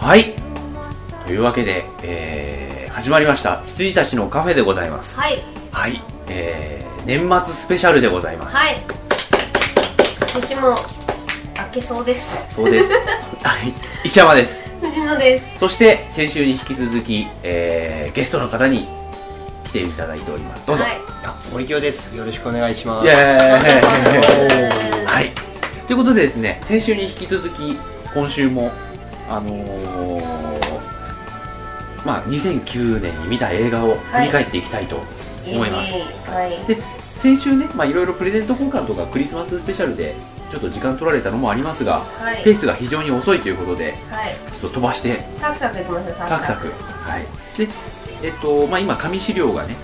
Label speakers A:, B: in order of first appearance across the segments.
A: はいというわけで、えー始まりました羊たちのカフェでございます
B: はい
A: はい、えー、年末スペシャルでございます、
B: はい私も開けそうです
A: そうです はい石山です
B: 藤野です
A: そして先週に引き続き、えーゲストの方に来ていただいておりますどうぞ、、
B: はいい
C: 森京ですよろしくお願いしま
A: イエーイ
C: す
A: はいということでですね先週に引き続き今週もあのーまあ、2009年に見た映画を振り返っていきたいと思います、
B: はい
A: 先週ね、まあ、いろいろプレゼント交換とかクリスマススペシャルでちょっと時間取られたのもありますが
B: はい
A: ペースが非常に遅いということで
B: はい
A: ちょっと飛ばして
B: サクサクいきましょう
A: サクサクはいでえっとまあ今紙資料がね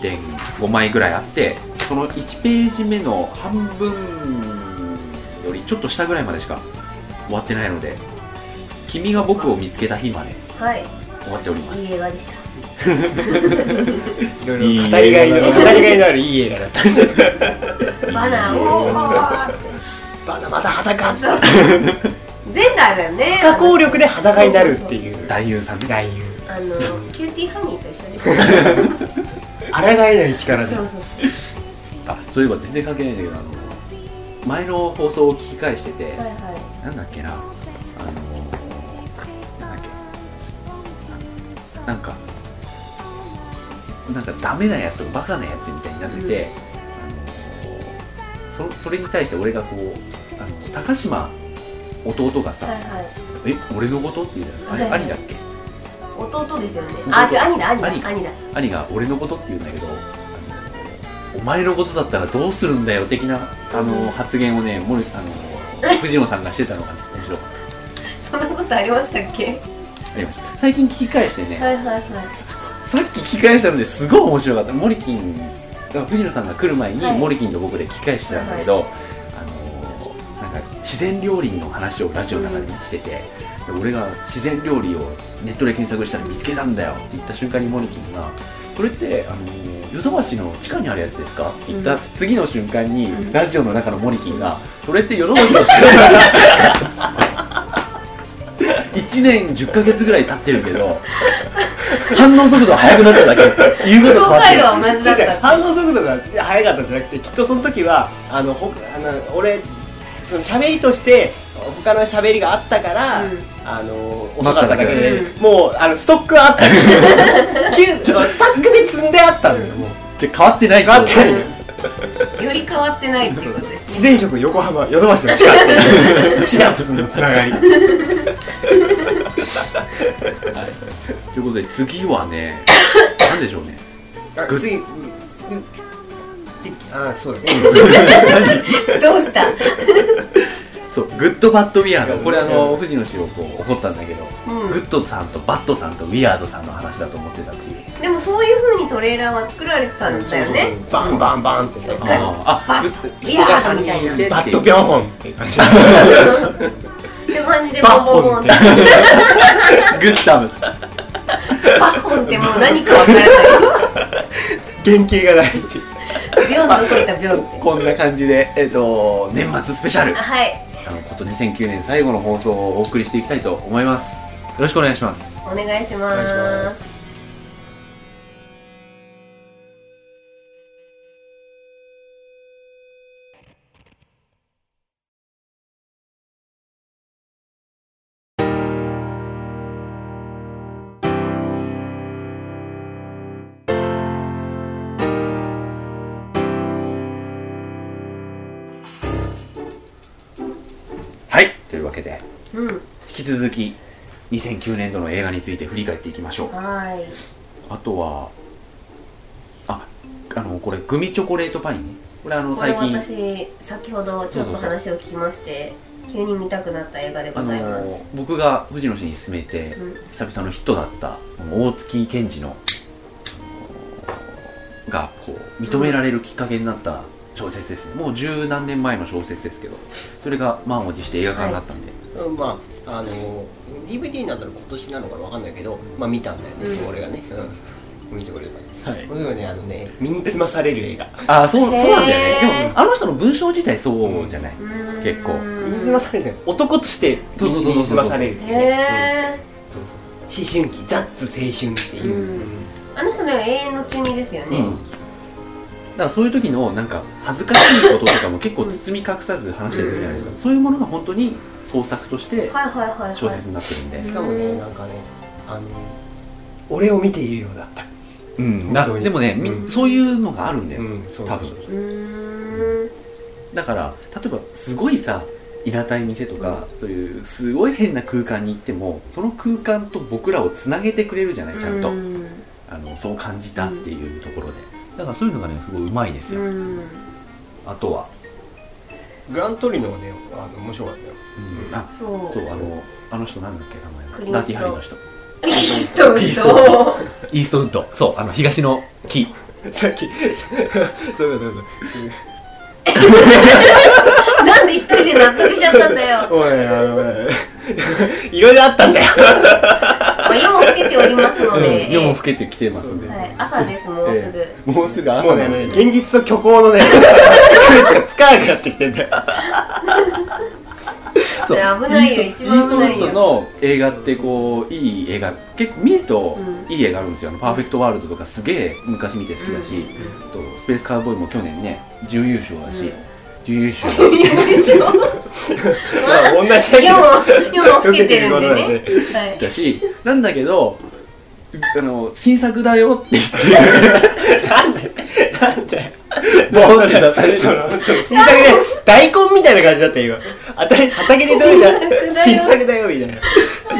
A: 3.5枚ぐらいあってその1ページ目の半分よりちょっと下ぐらいまでしか終わってないので「君が僕を見つけた日」まで
B: はい
A: 終わっておりま
B: い
A: す
B: い映画でした
C: いろいろ語りがいの語りがいのあるいい映画だった
B: バナーを
C: まだまだ裸
B: 前回だよね
C: 不可抗力で裸になるっていう
A: 男優さんね
C: 男優
B: あのキューティーハニーと一緒ですね
C: 抗えない力で
B: そうそう
A: あそういえば全然関係ないんだけどあの前の放送を聞き返してて、
B: はいは
A: なんだっけなあのー、なんだっけなんかなんかダメなやつとかバカなやつみたいになってて、あのー、そそれに対して俺がこうあの高島弟がさ
B: いはいはい
A: 「え俺のこと?」って言うじゃないですか、あれ
B: はいはい
A: 兄だっけ
B: 弟ですよねあ違う兄だ兄だ兄だ兄だ
A: 兄が「俺のこと?」って言うんだけどあのー「お前のことだったらどうするんだよ」的なあのー発言をねもうあのー 藤野さんがしてたのが面白かっ
B: そんなことありましたっけ
A: たありました最近聞き返してね、
B: はいは いはい
A: さっき聞き返したのですごい面白かったモリキンが藤野さんが来る前に
B: はい
A: モリキンと僕で聞き返してたんだけど、あのーなんか自然料理の話をラジオの中でしてて、で俺が自然料理をネットで検索したら見つけたんだよって言った瞬間にモリキンが「それってあのーヨドバシの地下にあるやつですか?」って言った次の瞬間に、
B: うん
A: ラジオの中のモリキンが「それってヨドバシの地下にあるやつですか?」1年10ヶ月ぐらい経ってるけ ど反応速度は速くなっただけ言うこと
B: 紹
A: 変わって
B: 介
A: る
B: 路は同じだった
C: 反応速度が速かったんじゃなくてきっとその時はあのほあの俺その喋りとして他の喋りがあったから、
B: うん
C: あの遅かっただけで、
B: う
C: もうあのストックはあったけどきゅスタックで積んであったのよもう
A: じゃ変わってない
C: 変 わってない
B: より変わってないっていうことです
C: 自然食横浜ヨドバシの地下っていうシナプスのつながり
A: ということで次はね なんでしょうね
C: あ次うんうんあそうだね
B: どうした
A: そうグッドバッドウィアードこれあの藤野氏をこう怒ったんだけど、
B: うん
A: グッドさんとバッドさんとウィアードさんの話だと思ってたっていう
B: でもそういう風にトレーラーは作られてたんだよね
C: そうそうそうバンバンバンってさ
B: うん
A: ああ
B: バ
A: グ
B: ッド
A: ッド
B: ウィアー
A: 人
B: ド
A: が三人いてっていう
C: バットピョンホンって感
B: って
C: じ
B: 感じで
C: バ
B: ボ
C: ッ
B: ンボン
C: ホ
B: ボ
C: ン
B: ン
C: っ
B: ってて
A: グッダム
B: バッホンってもう何か分からない
C: 原型がないっていう
B: ビョンどこ行ったビョンって
A: こんな感じでえっ、と年末スペシャル
B: はい
A: あのこと2009年最後の放送をお送りしていきたいと思いますよろしくお願いします
B: お願いしま
C: お願いします
A: はいというわけで
B: うん
A: 引き続き2009年度の映画について振り返っていきましょう
B: はーい
A: あとはああのこれグミチョコレートパイねこれあの
B: これ
A: 最近
B: 私先ほどちょっと話を聞きまして急に見たくなった映画で
A: あ
B: ございま
A: の
B: す
A: 僕が藤野氏に勧めて
B: うん
A: 久々のヒットだったこの大月健二のがこう認められるきっかけになった小説ですねもう十何年前の小説ですけどそれが満を持して映画化になったんで、
C: うんまああの DVD なんだろう今年なのかなわかんないけどまあ見たんだよね、
B: うん
C: 俺がね、うん、見せてくれたこれはねあのね身につまされる映画
A: ああそうそうなんだよね
B: へ
A: で
B: ー
A: もあの人の文章自体そうじゃない、
B: うーん
A: 結構
C: 身につまされてる男として
A: そうそうそうそう
C: 身につまされるっていうね
B: へえ
A: そうそう
C: 思春期ザッツ青春っていう、
B: うんあの人ね永遠の中二ですよね、
A: うんだからそういう時のなんか恥ずかしいこととかも結構包み隠さず話してるじゃないですか、そういうものが本当に創作として
B: はいはいはいはい
A: 小説になってるんで、
C: しかもねなんかねあの俺を見ているようだった、
A: うんな
C: 本当に
A: でもね、み
C: うん
A: そういうのがあるんだよ、
C: ん、そうそうそう
B: うーん
A: だから例えばすごいさいらたい店とか、そういうすごい変な空間に行ってもその空間と僕らをつなげてくれるじゃないちゃんと、
B: うん
A: あのそう感じたっていうところでだからそういうのがねすごいうまいですよ、
B: うん
A: あとは、
C: グラントリノはねあの面白かったよ
A: うんあ
B: そう
A: そうあのあの人なんだっけ名前
B: クリント
A: ダーティーハリーの人
B: ピスト
A: ピス
B: と
A: トイーストウッドそうあの東の木
C: さっきそうそうそうそう
B: なんで一人で納得しちゃったんだよ
C: おいあのね いろいろあったんだよ
B: まあ夜も更けておりますので、
A: うん夜も更けてきてますんで、
B: はい、朝ですもうすぐ、
A: もうすぐ
C: も
A: 朝
C: う
A: な
C: ね
A: ん
C: ね
A: で、
C: 現実と虚構 のね区別がつかなくなってきてんだよ
A: そう
B: いや危ないよ
A: イースト
B: 一番危ないよ
A: イーストウッドの映画ってこういい映画結構見ると
B: う
A: いい映画あるんですよ、あのパーフェクトワールドとかすげえ昔見て好きだし、あとスペースカウボーイも去年ね準優勝だし、
B: うん
A: 準優勝
B: 中二でしょ
C: まあ同じだけ
B: 夜も
C: ど
B: 夜も更けてるんで ね
C: 受けて
B: はい
A: だ しなんだけどあの新作だよって言 って
C: なんでなんで
A: ボンって
C: だ
A: 出される
C: そのちょっと新作で大根みたいな感じだったよ今あた畑で食べた
B: 新
C: 新作
B: 作
C: だよみたいな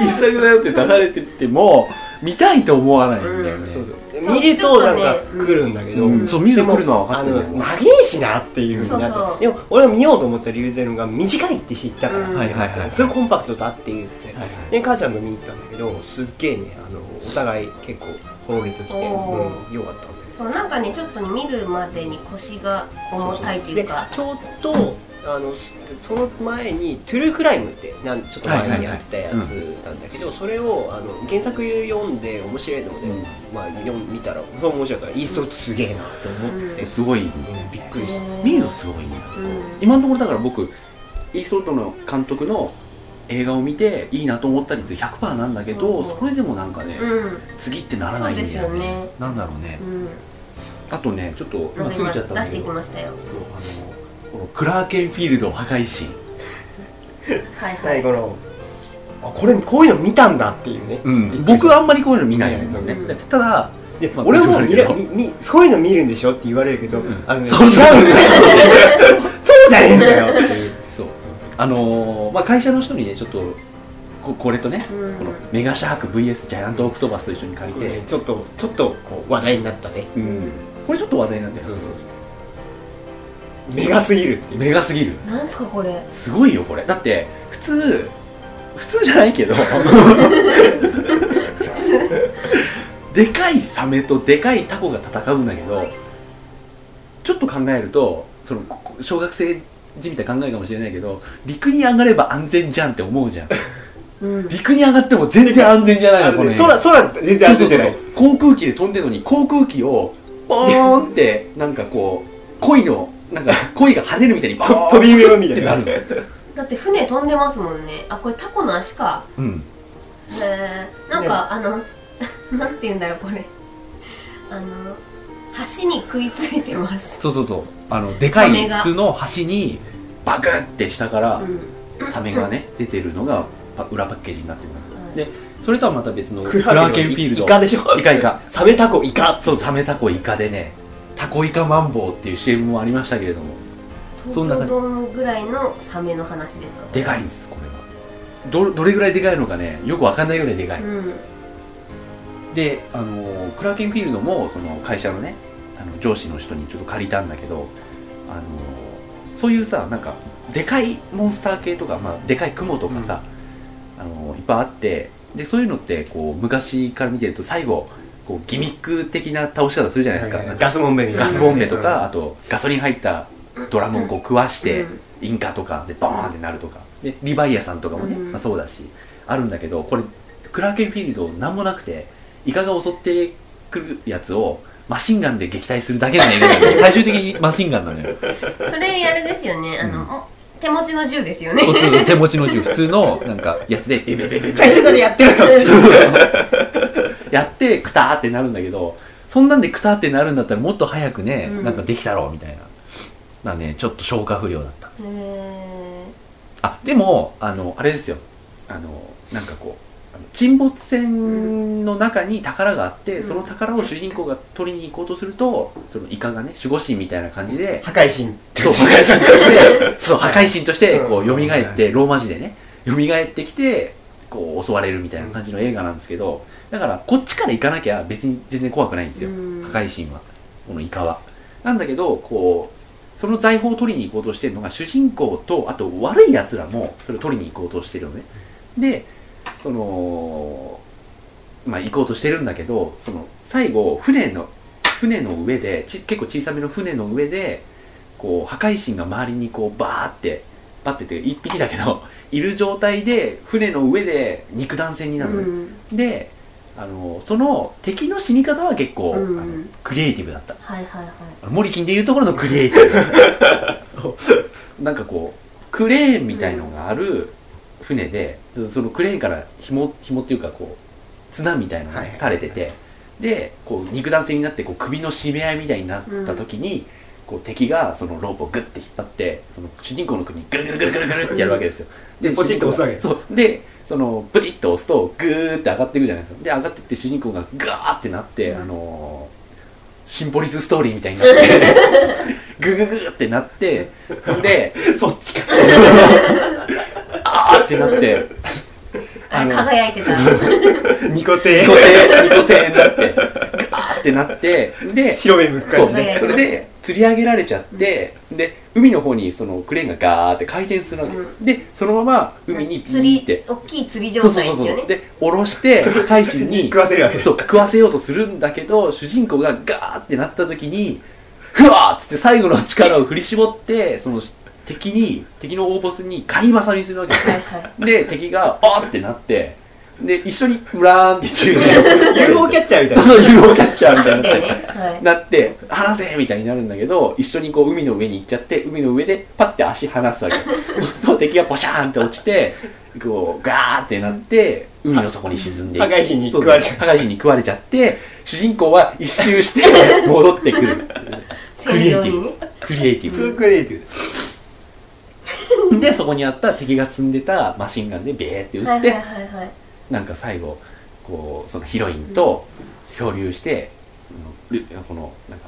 A: 新作だよって出されてても見たいと思わないんだよね、
B: うん
C: そうそう
B: そう
C: 見るとなん
B: ち
C: か
B: ょっとね
C: 来るんだけど、
A: うんそう見る来るのは分かって
C: で
A: る
C: も
A: ん
C: あ
A: だよ
C: の長えしなっていうふうになって
B: そうそう
C: でも俺は見ようと思った理由っていうのが短いって知ったから、
B: うん
A: はいはいはい
C: それコンパクトだって言って、
A: はいはい
C: で母ちゃんと見に行ったんだけどすっげえねあのお互い結構ほろりときて、うん、
B: おー
C: よかったんだよ
B: そうなんかねちょっとね見るまでに腰が重たいというか
C: そうそうでちょっとあのそその前に「トゥルークライム」ってなんちょっと前にやってたやつなんだけどそれをあの原作読んで面白いので、
A: うん
C: まあ、読ん見たらそう面白いからイーストウッドすげえなって思って、
A: えすごいね
C: うんびっくりした
A: 見るのすごいんだよ
B: うん
A: 今のところだから僕イーストウッドの監督の映画を見ていいなと思った率100%なんだけど、
B: うん
A: それでもなんかね、
B: うん
A: 次ってならないんだよね
B: そうですよね
A: なんだろうね
B: うん
A: あとねちょっと今過ぎちゃったん
B: 出
A: だ
B: し
A: け
B: てき
A: どあ
B: ましたよ
A: のこのクラーケンフィールド破壊シーン
B: はいは
C: はい
B: い
C: このあこれこういうの見たんだっていうね、
A: うん、僕あんまりこういうの見ないんですよね、
B: うん
A: でただ
C: で、
A: まあ
C: 俺も見れ
A: もち
C: みみそういうの見るんでしょって言われるけ
A: う
C: ど、
A: ん
C: あのね、
A: そう
C: 違う んだよそうじゃねえんだよっていう
A: そうあのーまあ、会社の人にねちょっとここれとね、
B: うん
A: このメガシャーク VS ジャイアントオクトバスと一緒に借りて、
C: ちょっとちょっとこう話題になったね
A: うんこれちょっと話題になってる
C: そうそうメガすぎるっていう
A: メガすぎる
B: なんすかこれ
A: すごいよこれだって普通普通じゃないけ どでかいサメとでかいタコが戦うんだけどちょっと考えるとそのここ小学生じみた考えかもしれないけど陸に上がれば安全じゃんって思うじゃん
B: うん
A: 陸に上がっても全然安全じゃない
C: あ
A: のこの
C: のね
A: 辺
C: 空空全然
A: そう
C: 安
A: そうそ
C: 全じ
A: う
C: ゃな
A: そう
C: い
A: 航空機で飛んでるのに航空機をボーン ってなんかこう鯉のなん か鯉が跳ねるみたいにボーン
C: と飛び上みたいな
A: ってな
B: だって船飛んでますもんねあこれタコの足か
A: うん
B: ねえなんかあの なんて言うんだろうこれあの橋に食いついてます
A: そうそうそうあのでか
B: サ
A: い
B: メが
A: 普通の橋にバクって下から
B: うん
A: サメがね出てるのがパ裏パッケージになってる
B: い
A: でそれとはまた別の
C: ク
A: ク
C: ラ
A: ラ
C: ー
A: ー
C: ケ
A: ケ
C: ン
A: ン
C: フ
A: フ
C: ィ
A: ィ
C: ー
A: ール
C: ル
A: ド
C: ドイカでしょ
A: イカイカ
C: サメタコイカ
A: そうサメタコイカでねタコイカマンボウっていう CM もありましたけれども
B: 東
A: そんな
B: 京
A: 感じ
B: ドームぐらいのサメの話です
A: でかいんですこれはどどれぐらいでかいのかねよくわかんないぐらいでかい、
B: うん
A: で、あのークラーケンフィールドもその会社のねあの上司の人にちょっと借りたんだけど、あのーそういうさなんかでかいモンスター系とか、まあ、でかい雲とかさ、あのーいっぱいあってでそういうのってこう昔から見てると最後こうギミック的な倒し方するじゃないですか,、
C: ガスボンベみたいな
A: ガスボンベとか、あとガソリン入ったドラムをこう食わして、
B: うん
A: インカとかでボーンってなるとかでリヴァイアさんとかもね、
B: うん
A: まあ、そうだしあるんだけどこれクラーケンフィールドなんもなくてイカが襲ってくるやつをマシンガン で撃退するだけなのに最終的にマシンガンなのよ
B: それあれですよねあ
A: う
B: の、
A: ん
B: お手持ちの銃ですよね
D: 普通の手持ちの銃普通のなんかやつでビビビビビ
C: 最初からやってるよ
D: やってクターってなるんだけどそんなんでクターってなるんだったらもっと早くね、
B: うん
D: なんかできたろうみたいなまあねちょっと消化不良だった
B: へー
D: あでもあの
A: あれですよあのなんかこうあの沈没船の中に宝があって、
B: うん
A: その宝を主人公が取りに行こうとするとそのイカがね守護神みたいな感じで、
C: 破壊神
A: そう破壊神としてそう破壊神としてこう
C: うん
A: 蘇ってローマ字でね蘇ってきてこう襲われるみたいな感じの映画なんですけどだからこっちから行かなきゃ別に全然怖くないんですよ
B: うん
A: 破壊神はこのイカはなんだけどこうその財宝を取りに行こうとしてるのが主人公とあと悪い奴らもそれを取りに行こうとしてるのねでそのまあ行こうとしてるんだけどその最後船の船の上でち結構小さめの船の上でこう破壊神が周りにこうバーってバってって一匹だけど いる状態で船の上で肉弾戦になるのね、
B: うん
A: であのその敵の死に方は結構、
B: うん
A: あのクリエイティブだった
B: はいはいはい
A: モリキンでいうところのクリエイティ ブなんかこうクレーンみたいのがある船で、そのクレーンから紐紐っていうかこう綱みたいなのが
C: はい
A: 垂れてて、でこう肉弾戦になってこう首の締め合いみたいになった時に、こう敵がそのロープをグッて引っ張ってその主人公の首にグルグルグルグルグルってやるわけですよ、
C: でポチッと押すわけ
A: そうでそのポチッと押すとグーって上がっていくじゃないですかで上がってって主人公がガーってなって、
B: うん
A: あのーシンポリスストーリーみたいになってグググーってなってで
C: そっちか
A: あーってなって
B: あ
A: あ
B: れ
A: の
B: 輝いてた
C: ニコテ
A: ニコテニコテになってガーってなってで
C: 白目向く
A: そ
C: 感
A: う
C: じ
B: ね
C: ね
A: それで釣り上げられちゃって、で海の方にそのクレーンがガーって回転するわけ、
B: う
A: でそのまま海にビ
B: 釣
A: ー
B: り
A: って
B: 大きい釣り状
A: そうそう
B: 態
A: そう
B: です
A: そ
B: よ
A: う
B: ね
A: で下ろして破壊神 に
C: 食わせるわ け
A: そう食わせようとするんだけど主人公がガーってなった時にふわーっつって最後の力を振り絞ってその敵に敵の大ボスにカニバサミするわけです
B: はい
A: よ
B: はい
A: で敵があーってなってで一緒にブラーンって宙に
C: UFO キャッチャーみたいな
A: そう UFO キャッチャーみたい
B: 足
A: に
B: で
A: なって
B: ねはい
A: なって離せみたいになるんだけど一緒にこう海の上に行っちゃって海の上でパッて足離 すわけそうすると敵がポシャーンって落ちてこうガーってなって海の底に沈んでいく
C: 破壊神に食わ
A: そう
C: れちゃう
A: そう破壊神に食われちゃって主人公は一周して 戻ってくるクリ
B: 戦
A: エイ
B: 場
A: ティ
B: に
A: ブ
B: ね
A: クリエイティ
C: クークレイティブです
A: ブでそこにあった敵が積んでたマシンガンでベーって撃って、
B: はいはいはいはい
A: なんか最後こうそのヒロインと漂流して、うんルこのなんか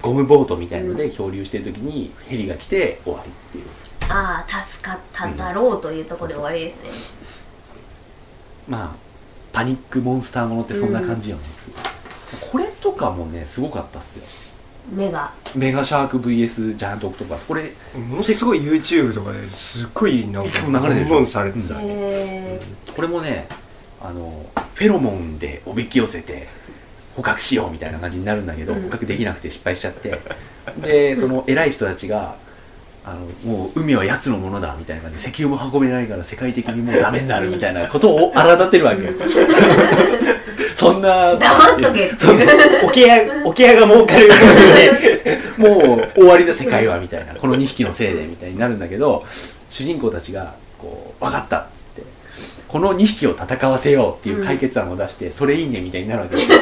A: ゴムボートみたいので漂流してる時にヘリが来て終わりっていう
B: ああ助かっただろうというところで終わりですね
A: まあパニックモンスターものってそんな感じよね、これとかもねすごかったっすよ
B: 目が
A: メガシャーク VS ジャイアントオクトパスこれ
C: ものすごい YouTube とかですっごいなんか
A: 流れてるでしょ
C: ボンボンされてたね
B: へ
A: これもねあのフェロモンでおびき寄せて捕獲しようみたいな感じになるんだけど
B: うん
A: 捕獲できなくて失敗しちゃってでその偉い人たちがあのもう海は奴のものだみたいな感じで石油も運べないから世界的にもうダメになるみたいなことを荒立ってるわ けよそんな
B: 黙っとけって
A: そう
C: 桶屋桶屋が儲かる
A: もう終わりだ世界はみたいなこの2匹のせいでみたいになるんだけど主人公たちがこう分かったっつってこの2匹を戦わせようっていう解決案を出して、それいいねみたいになるわけです よ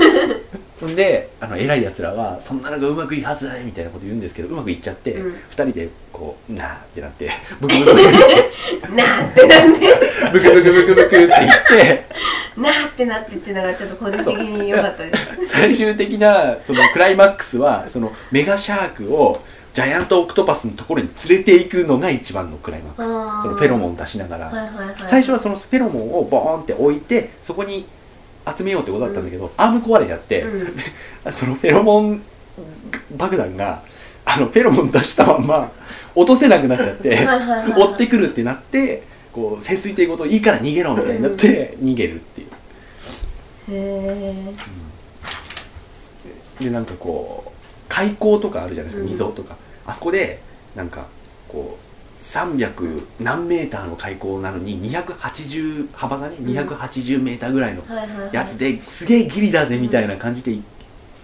A: そんであの偉いやつらはそんなのがうまくいくはずだみたいなこと言うんですけどうまくいっちゃって、
B: うん
A: 2人でこうなーってなってブクブクブク
B: え なーってなって
A: ブクブクブクブクって言って
B: なーってなってっていうのがちょっと個人的に良かった です
A: 最終的なそのクライマックスはそのメガシャークをジャイアントオクトパスのところに連れていくのが一番のクライマックス
B: あー
A: そのフェロモンを出しながら、
B: はいはいはい
A: 最初はそのフェロモンをボーンって置いてそこに集めようってことだったんだけど、アーム壊れちゃって、
B: うん
A: そのフェロモン爆弾があのフェロモン出したまんま落とせなくなっちゃって
B: はいはいはいはい
A: 追ってくるってなってこう潜水艇ごといいから逃げろみたいになって逃げるっていう
B: へえ
A: でなんかこう開口とかあるじゃないです
B: う
A: か
B: ん
A: 溝とか、あそこでなんかこう300何メーターの開口なのに280幅がね
B: ん
A: 280メーターぐらいの
B: はいはいはい
A: やつですげえギリだぜみたいな感じで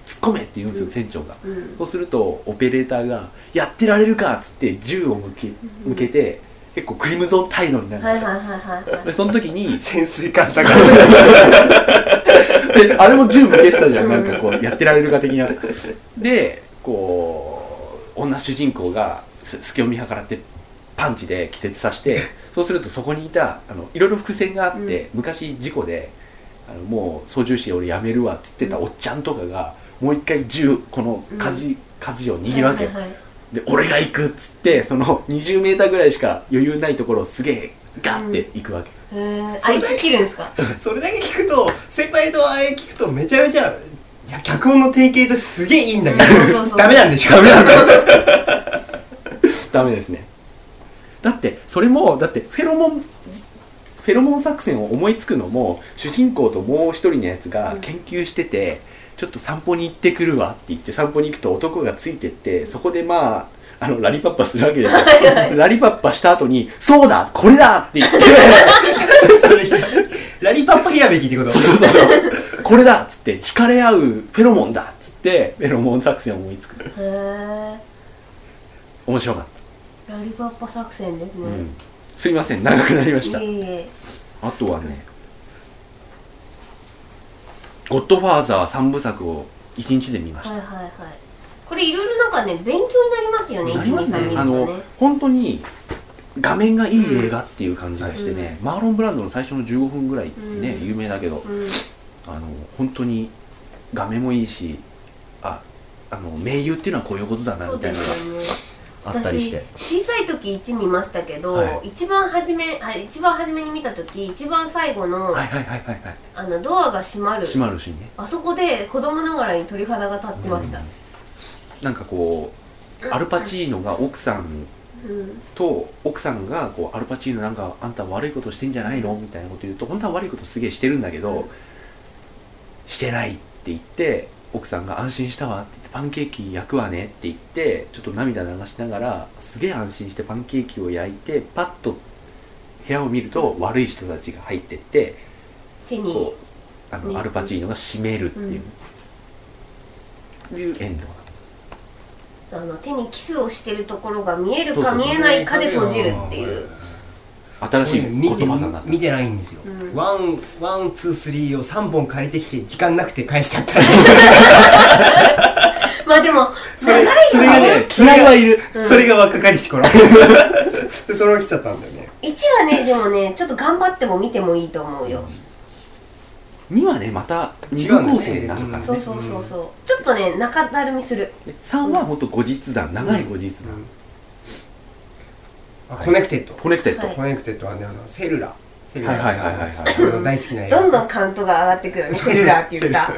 A: 突っ込めって言うんですよ
B: うん
A: 船長が
B: うん
A: そうするとオペレーターが「やってられるか!」っつって銃を向け向けて結構クリムゾンタイノになるんだ
B: は
A: よ
B: いはいはいはいはい
A: でその時に
C: 潜水艦だか
A: であれも銃向けてたじゃんなんかこうやってられるか的なでこう女主人公がす隙を見計らってパンチで気絶させてそうするとそこにいたあのいろいろ伏線があって、昔事故であのもう操縦士俺やめるわって言ってたおっちゃんとかがもう一回銃この舵,、舵を握るわけよ、
B: はいはい
A: で俺が行くっつってその 20m ぐらいしか余裕ないところをすげえガッて行くわけ、
B: へーあれ切るんですから
C: それだけ聞くと先輩とあれ聞くとめちゃめちゃいや脚本の提携としてすげえいいんだけ
B: そうそうそ
C: ど
B: う
C: ダメなんでしょダメなんだ
A: ダメですねだってそれもだってフェロモンフェロモン作戦を思いつくのも主人公ともう一人のやつが研究してて、ちょっと散歩に行ってくるわって言って散歩に行くと男がついてってそこでまああのラリパッパするわけですよラリパッパした後に「そうだこれだ!」って言って
C: それラリパッパひらめきってこと
A: そうそうそうそうこれだっつって惹かれ合うフェロモンだっつってフェロモン作戦を思いつく
B: へー
A: 面白かっ
B: ラリパッパ作戦です
A: た、
B: ね、
A: うん、すいません長くなりました
B: いえいえ
A: あとはね、ゴッドファーザー3部作を1日で見まし
B: は
A: た。
B: いはいはいこれいろいろなんかね勉強になりますよね
A: なりますね
B: 123見る
A: あ
B: と
A: の
B: ね
A: 本当に画面がいい映画っていう感じがしてね、マーロン・ブランドの最初の15分ぐらいってね、
B: うん
A: 有名だけど、
B: うん
A: あの本当に画面もいいし、ああの名優っていうのはこういうことだな
B: そ
A: み
B: う
A: たい
B: で
A: なの
B: すよね
A: があったりして、
B: 私小さい時1見ましたけど、
A: は
B: 一番初めあ一番初めに見た時一番最後
A: は
B: の,、
A: いはいはいはい、はい、
B: あのドアが閉まる
A: 閉まるしね、
B: あそこで子供ながらに鳥肌が立ってました、
A: なんかこう、アルパチーノが奥さん
B: うん
A: と奥さんがこうアルパチーノなんかあんた悪いことしてんじゃないのみたいなこと言うと本当は悪いことすげえしてるんだけど、してないって言って奥さんが安心したわって言ってパンケーキ焼くわねって言ってちょっと涙流しながらすげえ安心してパンケーキを焼いてパッと部屋を見ると悪い人たちが入ってって
B: 手に
A: こうあ
B: ね
A: のアルパチーノが閉めるっていう、いうエンド
B: あの手にキスをしてるところが見える
A: そうそ
B: か
A: うそう
B: 見えないかで閉じるっていう
A: 新しい言
C: 見て
A: 葉さになった
C: 見てないんですよ、
B: うん
C: ワンワンツースリーを3本借りてきて時間なくて返しちゃった
B: まあでも
C: それそ
B: 長
C: れが
B: いよね
C: ね気合はいる、
B: うん
C: それが若かりし頃 それが来ちゃったんだよね
B: 1はねでもねちょっと頑張っても見てもいいと思うよ、
A: 2はねまた二
C: 違うんだね
A: 部構成になるからね
B: そうそうそうそうちょっとね中だるみする
A: で3は本当後日談長い後日談、
C: あコネクテッド、
A: コネクテッド、
B: はい
C: コネクテッドはねあのセルラセルラ
A: はいはいはいはいはい
C: 俺の大好きな映画
B: どんどんカウントが上がってくるよねセルラーって言った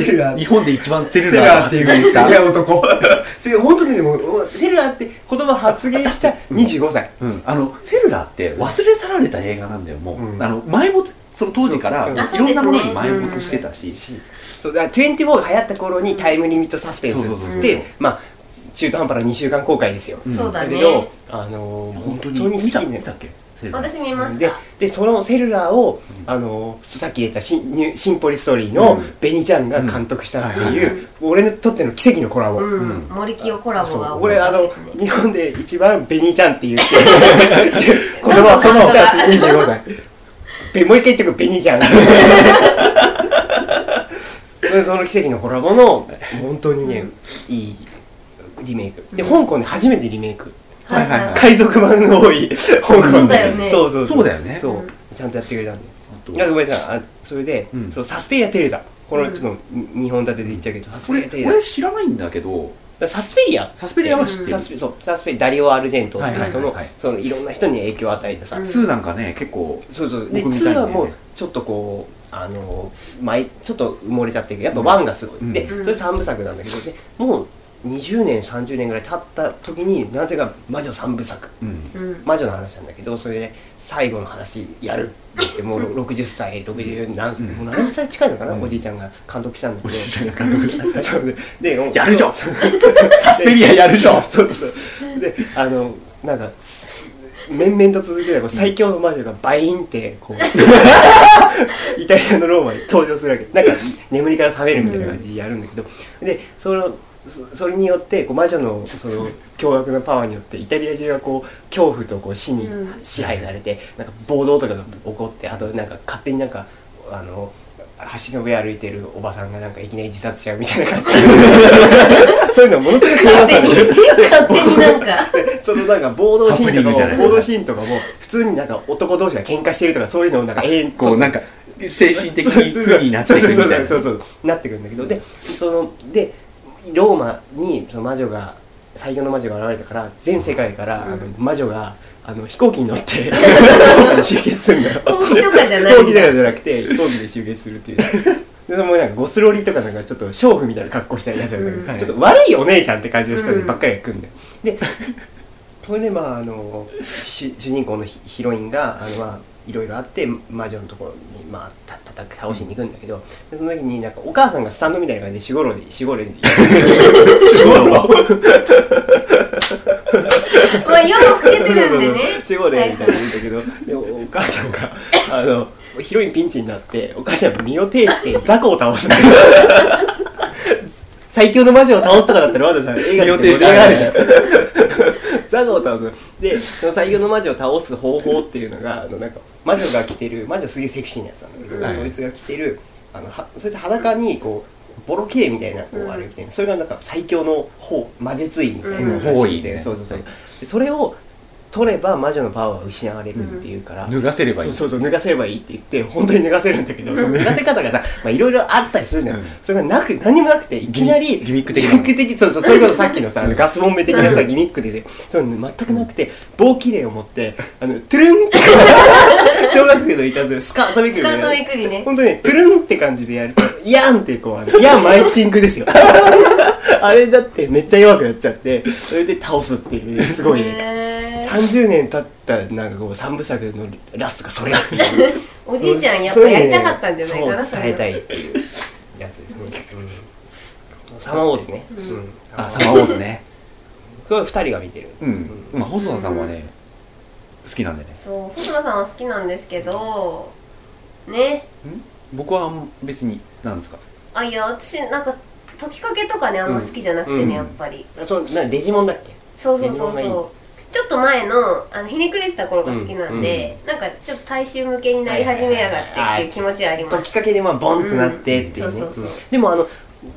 C: セルラ
A: 日本で一番セル
C: セル
A: ラー
C: ラー
A: が
C: ってい
A: 発
C: う
A: 言した
C: いや男それ本当にねもうセルラーって言葉発言した25歳
A: うん、あのセルラーって忘れ去られた映画なんだよもう、
C: うん
A: あの埋没その当時から
C: そうあ
A: い
B: そ
A: ろ
B: うで
A: んな
B: すね
A: ものに埋没してたし、
C: そうだから24が流行った頃にタイムリミットサスペンスっ
A: そうそう
C: つ
A: そ
C: っ
A: うそ
C: て
A: う
C: まあ中途半端な2週間公開ですよ、
A: うん
B: そうだ
C: だけ
B: ね
C: どあのー
A: 本
C: 本
A: 当
C: 当
A: に
C: に好
A: 見た
C: き
A: 見
C: ね
A: たっけセルラー
B: 私見まし
C: で
B: た
C: でそのセルラーを、
A: うん
C: あのさっき言ったシンニュシンポリストーリーの
A: うん
C: ベニちゃんが監督したって
A: うん
B: はいはい
C: いう、俺にとっての奇跡のコラボ、
B: うん、森清コラボが
C: そう
B: 多
C: 俺あ
B: かった
C: の
B: ですね
C: 日本で一番「ベニちゃん」って言って言葉をこの2つ25歳でもう一回言ってくベニちゃんでその奇跡のコラボの本当にねいいリメイクで香港で初めてリメイク
B: はいはいはい
C: 海賊版の多い香港で
B: そうだよね
C: そうそう
A: そうだよね
C: そううんちゃんとやってくれたんで
A: あと
C: いやごめんなさいあそれで、
A: うん
C: そうサスペリア・テレザこ
B: う
C: の
B: ん
C: ちょっと日本立てで言っちゃうけど、サス
A: これ
C: ペリア・テレザ
A: 俺知らないんだけど
C: サスペリア
A: サスペリアは知ってる、
C: サスペそうサスペダリオ・アルジェントって
A: はい
C: い
A: はいはい
C: う人の,、
A: はい
C: い、そのいろんな人に影響を与えたさ、
B: うん
A: 2なんかね結構
C: そうそうで
A: 僕みたいにね
C: 2はもうちょっとこうあの前ちょっと埋もれちゃってるけどやっぱ1がすごい、
A: うん
C: で
B: うん
C: それ3部作なんだけどでもう20年30年ぐらい経った時になぜか魔女3部作
A: うん
B: うん
C: 魔女の話なんだけどそれで最後の話やるって言ってもうろ60歳60何歳、もう70歳近いのかな、
A: うん
C: おじいちゃんが監督したんだけ
A: お
C: ど
A: じいちゃんが監督した
C: そうででもう
A: やるじゃん
C: そう
A: サスペリアやるじゃん
C: そうそうそうであのなんかす面々と続けてこう最強の魔女がバインってこう イタリアのローマに登場するわけなんか眠りから覚めるみたいな感じでやるんだけど、でそのそそれによってこう魔女のその凶悪なパワーによってイタリア中がこう恐怖とこう死に
B: うん
C: 支配されて、なんか暴動とかが起こってあとなんか勝手になんかあの橋の上歩いてるおばさんがなんかいきなり自殺しちゃうみたいな感 じ そういうのものすごく怖
B: 勝
C: さ
B: 手に
C: で
B: 勝手になんか
C: そのなんか暴動シーン
E: ハプニ
C: と
E: ングじゃ
C: か
E: ない
C: も暴動シーンとかも普通になんか男同士が喧嘩してるとかそういうのをなんか永遠
A: こうなんか精神的に不利になっていくみたいな
C: そうそうそうそうなってくるんだけどでそのでローマにその魔女が最強の魔女が現れたから全世界から、
B: うん
C: あの魔女があの飛行機に乗 ってローマに集結するんだよ
B: 本気とかじゃない
C: 飛行機とかじゃなくて飛行機で集結するっ ていう。でそのもうなんかゴスロリとかなんかちょっと娼婦みたいな格好したやつらが、
B: うん
C: ちょっと悪いお姉ちゃんって感じの人ばっかりが来るんだよ、でそれでまああの主主人公のヒヒロインがあの、まあ、いろいろあって魔女のところに、まあ、た叩く倒しに行くんだけど、でその時になんかお母さんがスタンドみたいな感じでしごろでしごろで しごろ
B: まあ夜も更けてるんでね
C: しごれみたいなの言うんだけど、でもお母さ んがあのヒロインピンチになってお母さんが身を挺して雑魚を倒すんだよ最強の魔女を倒すとかだったらわざわざ映画にして盛り上がるじゃんザゴを倒すでその最強の魔女を倒す方法っていうのがあのなんか魔女が着てる魔女すげえセクシーなやつなんだけど、
E: はい
C: そいつが着てるあのはそいつ裸にこうボロ綺麗みたいなこう
B: うん
C: あれを着てる、それがなんか最強の方魔術医みたいな
E: うん
C: らしくて
E: うん
C: そうそうそうでそれを取れば魔女のパワーは失われるっていうから、
A: 脱がせればいい
C: そ
A: う
C: そうそう脱がせればいいって言って本当に脱がせるんだけどその脱がせ方がさまあいろいろあったりするんだよ、
A: うん
C: それがなく何もなくていきなり
A: ギミック的
C: ギ
A: な
C: ミック的そうそうそれこそさっきのさあのガスボンベ的なさギミックでそう全くなくて棒きれいを持ってあのトゥルンって 小学生のいたずらスカートめく
B: ス
C: る
B: カ
C: みたい
B: ー
C: な
B: トめくりね
C: 本当ね、トゥルンって感じでやると、イヤンってこう、あのイヤンマイチン グですよ。あれだってめっちゃ弱くなっちゃって、それで倒すっていう、すごいね。
B: へー
C: 30年経ったなんかこう三部作のラストがそれだ
B: おじいちゃんやっぱやりたかったんじゃないかな
C: そう
B: れ
C: 伝えたいっていうやつですね、うん、サマーウォーズね、
B: うん
C: うん
A: あサマーウォーズね
C: これ2人が見てる
A: うんまあ細田さんはね好きなんでね
B: そう細田さんは好きなんですけどね
A: 僕は別になんですか
B: あいや私なんか解きかけとかねあんま好きじゃなくてね、
C: うん
B: やっぱり
C: そのなデジモンだっけ
B: そうそうそう
C: デジモンがい
B: そうちょっと前のあのひねくれてた頃が好きなんで、なんかちょっと大衆向けになり始めやがってっていう気持ちはありま
C: ときっ
B: す
C: かけでまあボンとなってっていうね、
B: うんそうそうそう
C: でもあの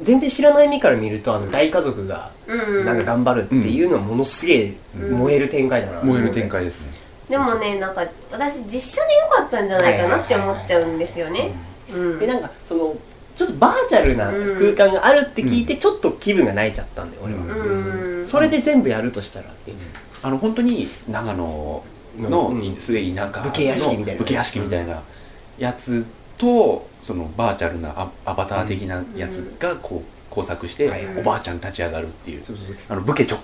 C: 全然知らない身から見るとあの大家族が
B: うん
C: なんか頑張るっていうのはものすげえ
B: うん
C: 燃える展開だな、
A: 燃える展開ですね
B: でもねなんか私実写でよかったんじゃないかなって思っちゃうんですよねうん
C: でなんかそのちょっとバーチャルな空間があるって聞いてちょっと気分が泣いちゃったんだよ俺は、
B: うん
C: それで全部やるとしたらっていう
A: あの本当に長野
C: う
A: の
C: ん
A: すげえ田舎の
C: 武家屋敷みたいな
A: 武家屋敷みたいなやつとそのバーチャルなアアバター的なやつがこう工作して
C: はい
B: はい
A: おばあちゃん立ち上がるっていう
C: そうそう
A: あの武家直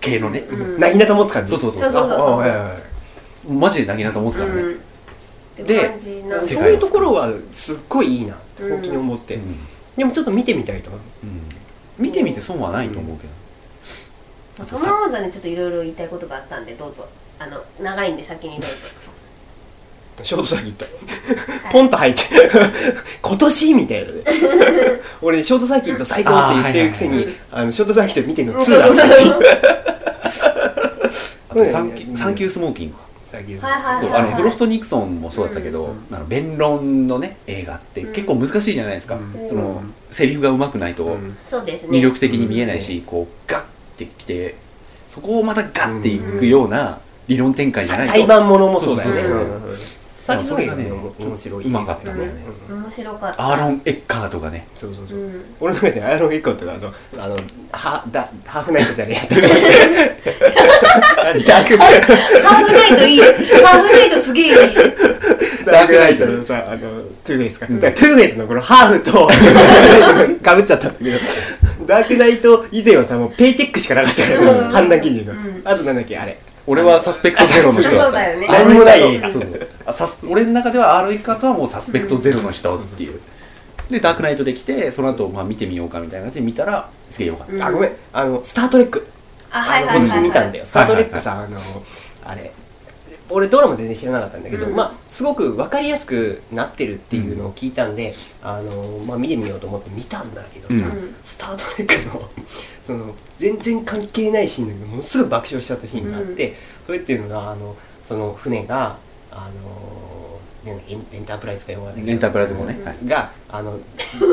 A: 系のね
B: うん
C: なぎなと持つ感
A: そ
C: じ
A: うそうそう
B: そうそう
C: ああはいはいはい
A: マジでなぎなと思ってたからね
B: うんって感じなんで
A: 世
C: そう
A: 界
C: いうところはすっごいいいなって本当に思って、
A: うん
C: でもちょっと見てみたいと思う
A: うん見てみて損はないと思うけど
B: サマーウォーズはねちょっといろいろ言いたいことがあったんでどうぞあの長いんで先にどうぞ
C: ショートサーキット ポンと入って 今年みたいな ね俺ショートサーキット最高って言ってるくせ
A: あーは
C: に
A: いはい
C: あのショートサーキット見てるの2だ
A: あとサン
C: そうだよ
A: キ
C: ね
A: ューサンキュースモーキングか
C: 最近
B: はいはいはい
A: そうあのフロスト・ニクソンもそうだったけ
C: う
A: ど
C: ん
A: あの弁論のね映画って結構難しいじゃないですか
C: うん
A: そのセリフがうまくないと
B: そうですね
A: 魅力的に見えないし、こうガッてきてそこをまたガッていくような理論展開じゃないと、
C: 裁判ものもそうだよね
B: そうそう
C: うんうんうん最近の映画ね面白い
A: うんうまかったんだよね
C: うん
B: 面白かった
A: アーロン・エッカーとかね
C: そうそうそううん俺の中でアイロン一個とかあのあのハだハーフナイトじゃねえ ダーク
B: ハーフナイトいいハーフナイトすげえいい
C: ダークナイトのさ、あの、トゥーフェイスか。だからトゥーフェイスのこのハーフ と、かぶっちゃったんだけど、ダークナイト以前はさ、もうペイチェックしかなかったか
B: う
C: ら、
B: ん
C: 判断基準が
B: うん。
C: あとなんだっけ、あれ。
A: 俺はサスペクトゼロの人だ
B: そ
A: っ
B: うだ
A: た
B: よね
C: 何もない
A: そうそうあサス俺の中ではアーロン・エッカーとはもうサスペクトゼロの人っていうでダークナイトで来てその後、まあ見てみようかみたいな感じで見たらすげえよかった、
B: うん
C: あ、ごめん。あの、スタートレック。
B: あ
C: あ
B: はい
C: の
B: はいはい
C: 今年見たん
B: で
C: だよ。スタートレックさ、あの、あれ。俺ドラマ全然知らなかったんだけど、
B: うん
C: まあすごく分かりやすくなってるっていうのを聞いたんで、あのまあ、見てみようと思って見たんだけどさ、
B: うんうん
C: スター・トレックのその全然関係ないシーンだけどものすごい爆笑しちゃったシーンがあって、それっていうのがあのその船があのねエンエンタープライズか読まない
A: エンタープライズもね、はい、
C: があの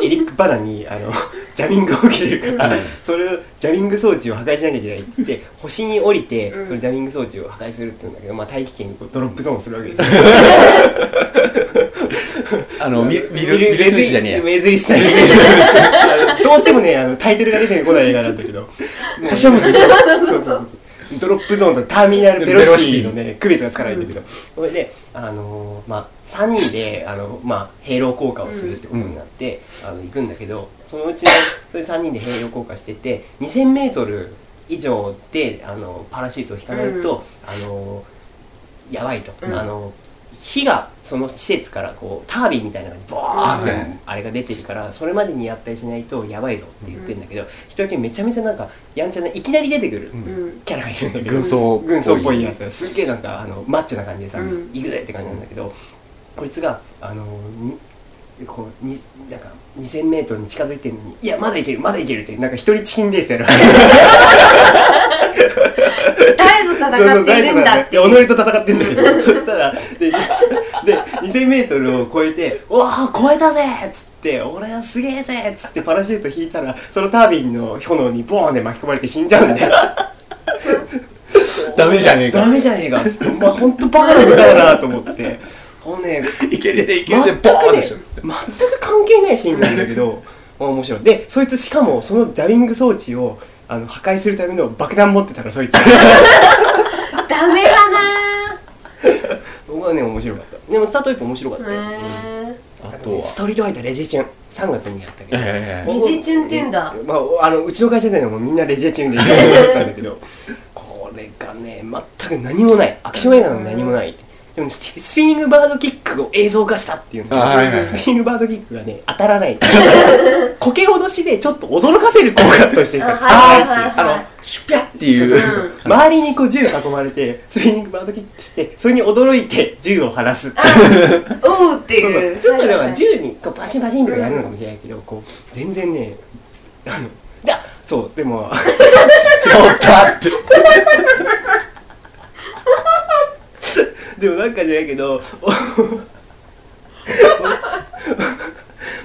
C: エリック・バナにあの ジャミングを受けてるから、それをジャミング装置を破壊しなきゃいけないって言って星に降りて、
B: うん
C: そのジャミング装置を破壊するって言うんだけど、まあ、大気圏にこうドロップゾーンするわけですよ
A: あのミルミル
C: ウェ
A: ミルス
C: ズリ
A: ーじゃねえや
C: ウェズリースタイルでしたどうしてもねあのタイトルが出てこない映画なんだけど柏本でしょそうそうそうそうドロップゾーンとターミナルベロシティのね区別がつかないんだけど、それであのーまあ3人であのまあ兵糧降下をするってことになって、あの行くんだけどそのうちのそれ3人で兵糧降下してて 2000m 以上であのパラシュートを引かないと、あのーやばいと、
B: うん
C: あの火がその施設からこうタービンみたいなのがボー
A: は
C: ンって
A: い
C: あれが出てるからそれまでにやったりしないとやばいぞって言ってるんだけど一人だけめちゃめちゃなんかやんちゃないきなり出てくる
A: うん
B: うん
C: キャラがいるんだけど
A: 軍曹
C: 軍曹っぽいやつがすっげえなんかあのマッチョな感じでさ、
B: うん
C: 行くぜって感じなんだけどこいつがあのにこうになんか 2000m に近づいてるのに「いやまだいけるまだいける」ってなんか一人チキンレースやる
B: 誰と戦っているんだって
C: そうそう誰と戦ってんだけどそしたらでで 2000m を超えて「うわあ超えたぜ!」っつって「俺はすげえぜ!」っつってパラシュート引いたらそのタービンの炎にボーンで巻き込まれて死んじゃうんだよ
A: ダメじゃねえ
C: ダ
A: か
C: メじゃねえかっつってお前ほんとバカなのだなと思ってほんね
A: いけるぜいけるぜ
C: 全くね
A: ボーンでしょ
C: 全く関係ないシーンなんだけど面白いでそいつしかもそのジャビング装置をあの破壊するための爆弾持ってたからそ いつ
B: ダメだな
C: 僕はね面白かったでもスタートイップ面白かったよ、
B: ー
A: あ
C: あ
A: と
C: とねストリートファイターレジチュン3月にやったけど、
A: は
B: レジチュンって言うんだ
C: まあ、あのうちの会社でもみんなレジチュンレジチュンだったんだけ どこれがね全く何もないアクション映画なのに何もないでもねススピニングバードキックを映像化したっていうね
A: あはいはいはい
C: スピニングバードキックがね当たらない苔脅しでちょっと驚かせる効果として使わないっていう
B: あはいはいはい
C: あのシュピャって
A: い
C: いう
A: う
B: うん
C: 周りにこう銃囲まれてスピニングバードキックしてそれに驚いて銃を放すっていう
B: おうって
C: そう
B: いう
C: そうちょっとだから
B: はい
C: 銃にこうバシンバシンとかやるのかもしれないけど、こう全然ねあのだそうでも
A: そうだって
C: でもなんかじゃないけど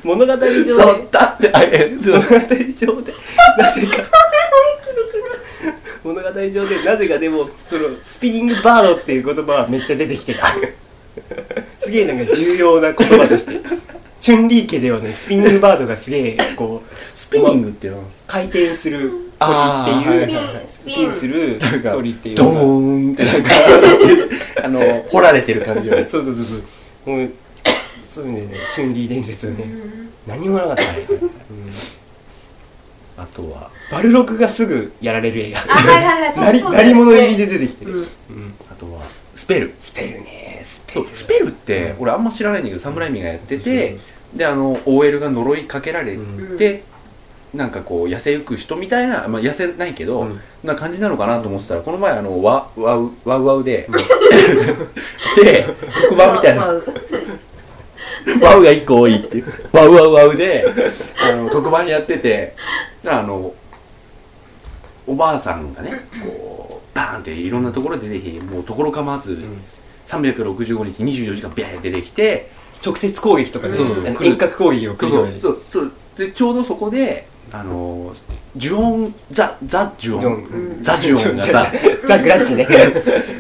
C: お物語上で
A: そうだってあえそう
C: 物語上でなぜか物語上でなぜかでもそのスピニングバードっていう言葉はめっちゃ出てきてたすげえなんか重要な言葉としてチュンリー家ではねスピニングバードがすげえこう
A: スピニングってなんです
C: 回転する
A: あ
C: 鳥っ
A: ー
C: てい
B: はい
C: う
B: はいはい
C: スピンする
A: か
C: 鳥っていう
A: ド
C: のが
A: ーンってなんかあの 掘られてる感じが
C: そうそうそうそうもうそういうねチュンリー伝説ね
B: うん
C: 何もなかったね、うん
A: あとは
C: バルロクがすぐやられる映画
B: あはいはいはい
C: なり
B: そうそうだよね
C: 何者入りで出てきてる、
B: うん
C: うん
A: あとはスペル
C: スペルねスペ
A: そ
C: ル
A: うスペルって俺あんま知らないんだけど侍ミがやっててであの OL が呪いかけられ
C: うん
A: てなんかこう痩せゆく人みたいなまあ痩せないけど
C: うん
A: な感じなのかなと思ってたらこの前あのワワウワウワウで で黒板みたいな
B: まあまあ
A: ワウが一個多いっていうワウワウワウであの特番やっててあのおばあさんがねこうバーンっていろんなところで出てきてもうところ構わず
C: うん
A: 365日24時間ビャーって出てきて
C: 直接攻撃とかね、
B: そう
C: あの遠隔攻撃を繰
A: そうそう
C: り広げる
A: そうそうでちょうどそこであのジュオンザザジュオン
B: うん
A: ザジュオンがさ
C: ザ・グラ ッチね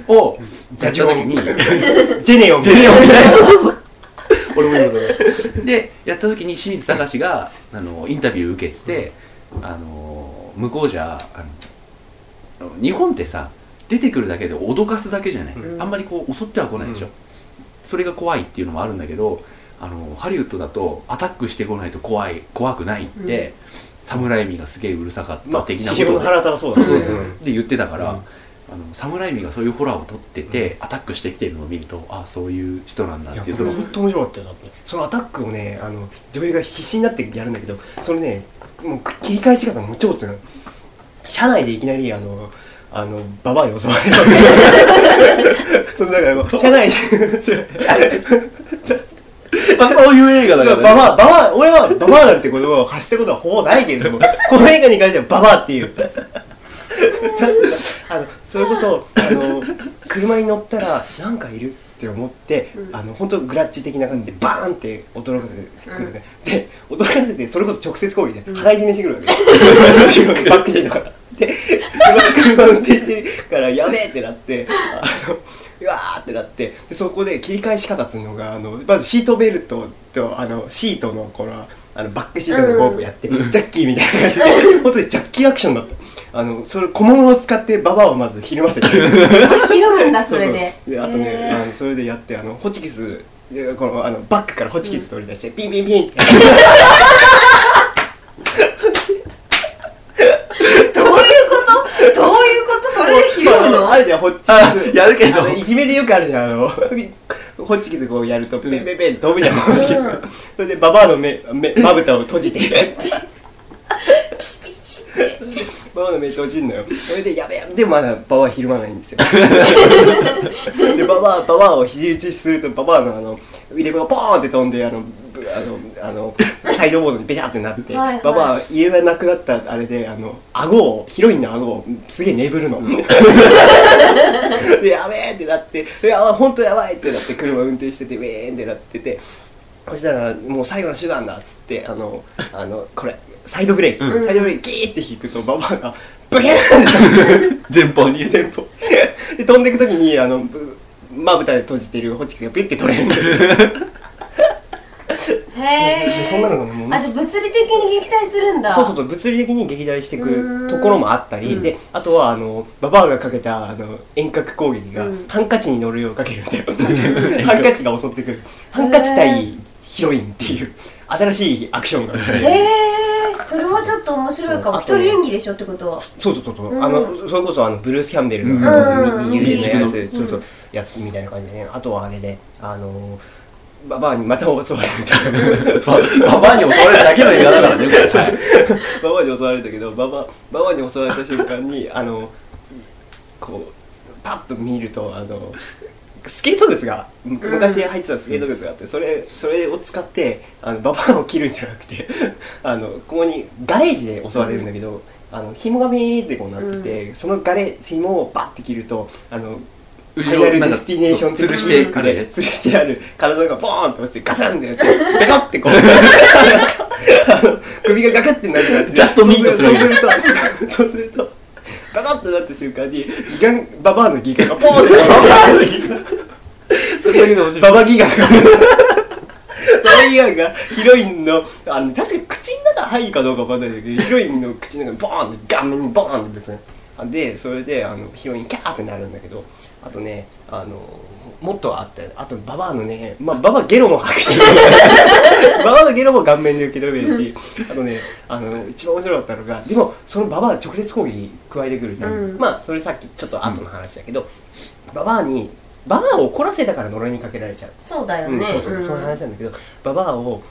A: を
C: ザ
A: やった
C: ジュオン
A: 時にジェ
C: ジェネオン
A: ネオンみたいな そうそうそう
C: 俺も今それ
A: でやった時に清水隆があのインタビュー受けてて、あの向こうじゃあの日本ってさ出てくるだけで脅かすだけじゃない、
C: うん
A: あんまりこう襲っては来ないでしょ、
C: うん
A: それが怖いっていうのもあるんだけどあのハリウッドだとアタックしてこないと怖い怖くないって、侍味がすげえうるさかった
C: まあ
A: 的な
C: 地
A: こと
C: 表の
A: をね
C: 原田はそう
A: そう
C: だ
A: そううんそうで言ってたから、
C: うん
A: あの侍味がそういうホラーを撮ってて、アタックしてきてるのを見るとああそういう人なんだ
C: いや
A: っていうその
C: 本当面白かったよだってそのアタックをねあの女優が必死になってやるんだけどそれねもう切り返し方も超強い車内でいきなりあのあのババアに襲われる そのだからもうじゃないじ ゃない
D: まあ、そういう映画だから、ね、
C: ババア、ババア、俺はババアなんて言葉を発したことはほぼないけれど も、この映画に関してはババアっていう。あのそれこそあの車に乗ったらなんかいるって思って、
B: うん
C: あの本当グラッチ的な感じでバーンって驚かせてくるね、で驚かせてそれこそ直接攻撃で羽交い締めしてくる わけ、バックシートからで車の運転してるからやべえってなってあのうわーってなってでそこで切り返し方っていうのがあのまずシートベルトとあのシートのこのあのバックシートのゴープやって、ジャッキーみたいな感じで本当にジャッキーアクションだったあのそれ小物を使ってババアをまずひるませて
B: 拾うんだそれで
C: そうそうであとね、
B: へー
C: あのそれでやってあのホチキスでこのあのバッグからホチキス取り出して、ピンピンピンって
B: どういうことどういうことそれで拾うの
C: あるじゃんホチキ
D: あ
C: ス
D: やるけど
C: あのいじめでよくあるじゃんあのホチキスこうやるとペンペンペン飛ぶじゃん、ホチキスがそれでババアの目目まぶたを閉じてババアの目閉じんのよそれでやべやべでもまだババアひるまないんですよでババアババアを肘打ちするとババアのあの入れ歯がポーンって飛んであのぶあのあのサイドボードにベチャってなって
B: はいはい
C: ババア入れ歯なくなったあれであの顎をヒロインの顎をすげえねぶ るの、 でやべえってなって「いや本当やばい」ってなって車運転しててウェーンってなっててそしたらもう最後の手段だっつってあのあのこれサイドブレーキ、
B: うん
C: サイドブレーキギーって引くとババアがブヒューンって
D: 前方に。
C: 前方で飛んでく時にあのぶまぶたで閉じてるホチキスがピュッて取れるんだよ
B: へえ
C: そんなのがねもう
B: あじゃあ物理的に撃退するんだ
C: そうそうそう物理的に撃退していう
B: ーん
C: くところもあったり、であとはあのババアがかけたあの遠隔攻撃が、
B: うん
C: ハンカチに乗るようかけるんだよハンカチが襲ってくるハンカチ対ヒロインっていう新しいアクションが、
B: へえそれはちょっと面白いかも
C: あ
B: 一
C: と
B: 人演技でしょってことは
C: そうそうそうそう、
B: うん
C: あのそれこそあのブルース・キャンベル
D: うん
C: の
B: うん
C: 右腕のや
B: う
C: つ
B: ん
C: そうそうやつみたいな感じでねあとはあれであのババアにまた襲われるみたいな
D: ババアに襲われるだけの映画だからね、これ
C: ババアに襲われたけどババババアに襲われた瞬間にあのこうパッと見るとあのスケート靴がむ昔入ってたスケート靴があってそれそれを使ってあのババアを切るんじゃなくて あのここにガレージで襲われるんだけど、あの紐がビーってこうなってて、そのガレージ紐をバッて切るとあのファイナルディスティネーション
D: 潰してかれ
C: で
D: る。
C: 吊るしてある体がボーンって落ちてガサンってやってベコって こうあの首がガカってなるやつ
D: ジャストミートする
C: そうするとそうするとガカってなった瞬間にギガンババアのギガンがポーンって ババアのギガンババギガンがババギガンがヒロインのあの確か口の中入るかどうかわかんないんだけどヒロインの口の中にボーンって顔面にボーンって別にあでそれであのヒロインキャーってなるんだけどあとねあのもっとあったよあとババアのねまあババアゲロも吐くしババアのゲロも顔面で受け止めるしあとねあの一番面白かったのがでもそのババア直接攻撃加えてくるじゃん、
B: うん
C: まあそれさっきちょっと後の話だけど、ババアにババアを怒らせたから呪いにかけられちゃう
B: そうだよ
C: うん、
B: ね
C: そうそう、その話
B: だ
C: なんだけどババアを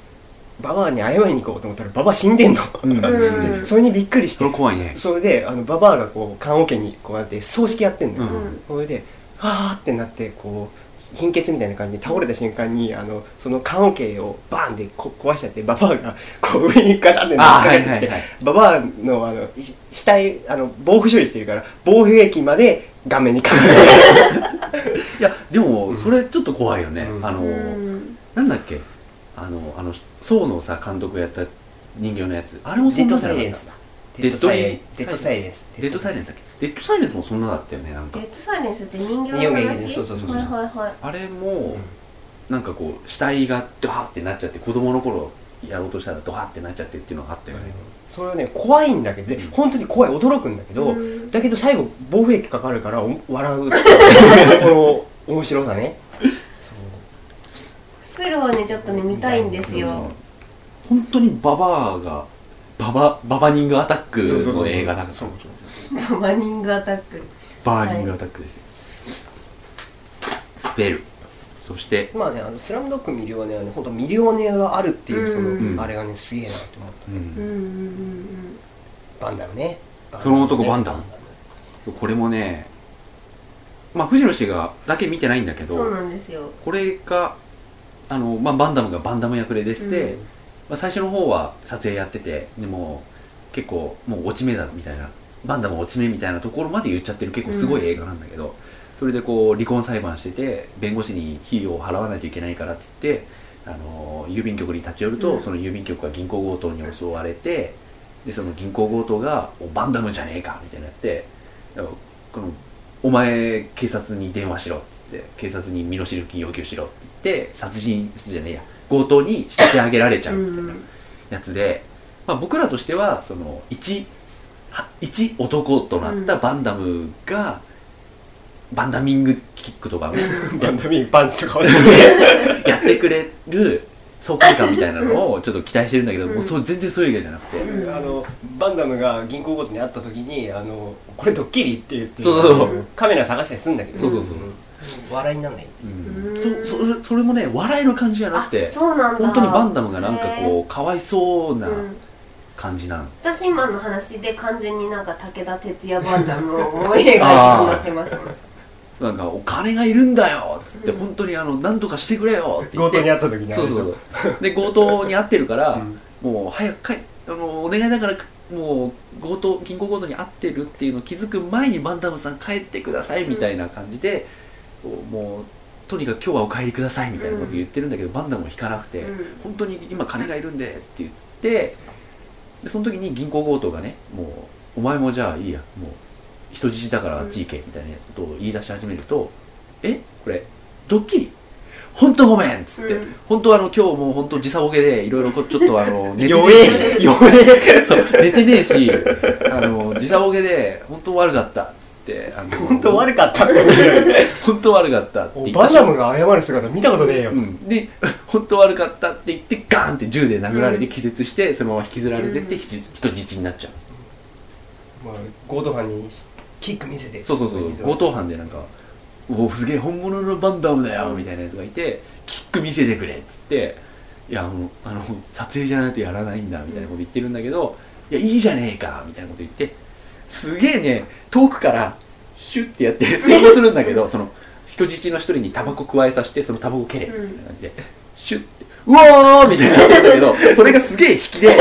C: ババアに謝りに行こうと思ったらババア死んでんの、
D: うん
B: うん
C: それにびっくりし
D: そ
C: て
D: れ怖いね。
C: それであのババアがこう棺桶にこうやって葬式やってんのよ、
D: うん
C: それではあってなってこう貧血みたいな感じで倒れた瞬間にあのその棺桶をバーンってこ壊しちゃってババアがこう上にガシャンって乗っ
D: あー
C: か
D: は
C: えて
D: い
C: て、
D: はいはい。
C: ババアのあのい死体あの防腐処理してるから防腐液まで顔面にかか
D: いや、でも、それちょっと怖いよね。
C: うん
D: あの、なんだっけあの、あの、ソウのさ、監督がやった人形のやつ。あれもそんなじゃなかった
C: だ
D: デッドサイレン
C: デッドサイレンス
D: デッドサイレンスだっけデッドサイレンスもそんなだったよね、なん
B: デ
D: か
B: ッ。ドサイレンスって人形の
C: 人形劇ね
B: 話
C: そうそう
D: そうそう
B: はいはいはい
D: あれも、なんかこう、死体がドハってなっちゃって、子供の頃やろうとしたらドハってなっちゃってっていうのがあったよね。
C: それはね怖いんだけどで本当に怖い驚くんだけど、
B: うん
C: だけど最後防腐液かかるからお笑うって いうこの面白さねそう
B: スペルはねちょっとね見たいんですよ
D: 本当にババアが、ババ、ババニングアタックの映画だから。
C: そうそ う
B: マニングアタック
D: バーニングアタックですよ、スペルそして、
C: まあねあの「スラムドッグミリオネアはね本当ミリオネアがあるっていうその、
D: うん
C: あれがねすげえなと思った
D: う
B: うん
D: ん
B: うんうんうん
C: バンダムね
D: その男バンダム
A: これもねまあ藤野氏がだけ見てないんだけ
B: そう
A: ど
B: なんですよ
A: これがあの、まあ、バンダムがバンダム役ででして、
B: うん
A: まあ、最初の方は撮影やっててでも結構もう落ち目だみたいなバンダム落ち目みたいなところまで言っちゃってる結構すごい映画なんだけど、それでこう離婚裁判してて弁護士に費用を払わないといけないからって言ってあの郵便局に立ち寄ると、
B: うん
A: その郵便局が銀行強盗に襲われてでその銀行強盗が「おバンダムじゃねえか」みたいになって「だからこのお前警察に電話しろ」って言って警察に身代金要求しろって言って殺人じゃねえや強盗にしてあげられちゃうみたいな。やつで、まあ、僕らとしてはその一は一男となったバンダムが、バンダミングキックとか
C: バンダミンパンチとかもし て
A: やってくれる爽快感みたいなのをちょっと期待してるんだけど、
B: うん
A: もうそう全然そういう映画じゃなくて、
B: うん
C: あのバンダムが銀行ごとに会った時にあのこれドッキリって言って
A: そうそうそう
C: あのカメラ探したりするんだけど
A: そうそうそうん
C: 笑いになんない
A: うん
B: うん
A: そそれそれもね笑える感じじゃなくて
B: あそうなんだ
A: 本当にバンダムがなんかこうかわいそうな
B: うん
A: 感じなの、
B: 私今の話で完全になんか武田鉄矢バンダムを思い描いてしまってますもん
A: なんか「お金がいるんだよ!」っつって「
B: うん
A: 本当にあの何とかしてくれよ!」って言
C: 強
A: って
C: 盗に会った時にあ
A: そ
C: れで
A: う
C: しょ
A: そうそうで強盗に遭ってるから、
C: うん
A: もう早く帰あのお願いだからもう強盗銀行強盗に遭ってるっていうのを気づく前にバンダムさん帰ってくださいみたいな感じで、もうとにかく今日はお帰りくださいみたいなこと言ってるんだけど、バンダムも引かなくて、
B: うん
A: 本当に今金がいるんでって言ってでその時に銀行強盗がねもうお前もじゃあいいやもう人質だからあっち行けみたいなことを言い出し始めると、えこれドッキリ本当ごめんっつって、
B: うん
A: 本当はあの今日もう本当時差ボケでいろいろこうちょっとあ の寝てね
C: 弱え弱え
A: えそう寝てねえしあの時差ボケで本当悪かったっつってあの
C: 本当悪かったって面白い
A: 本当悪かったって
C: お
A: 言った
C: バン
A: 瞬
C: ダ
A: 間
C: ムが謝る姿見たことねえよ、
A: うん、で 「本当悪かった」って言ってガーンって銃で殴られて気絶して、そのまま引きずられてって、
B: うん
A: ひじ人質になっちゃう
C: まあ、強盗犯にキック見せて
A: そうそうそう強盗犯でなんか「おおすげえ本物のバンダムだよ」みたいなやつがいて「キック見せてくれ」っつって「いやもうあの撮影じゃないとやらないんだ」みたいなこと言ってるんだけど「いやいいじゃねえか」みたいなこと言ってすげえね遠くからシュッて やって成功するんだけどその人質の一人にタバコ加えさせてそのタバコ蹴れみたいな感じでシュッて「うわー!」みたいになったんだけどそれがすげえ引きで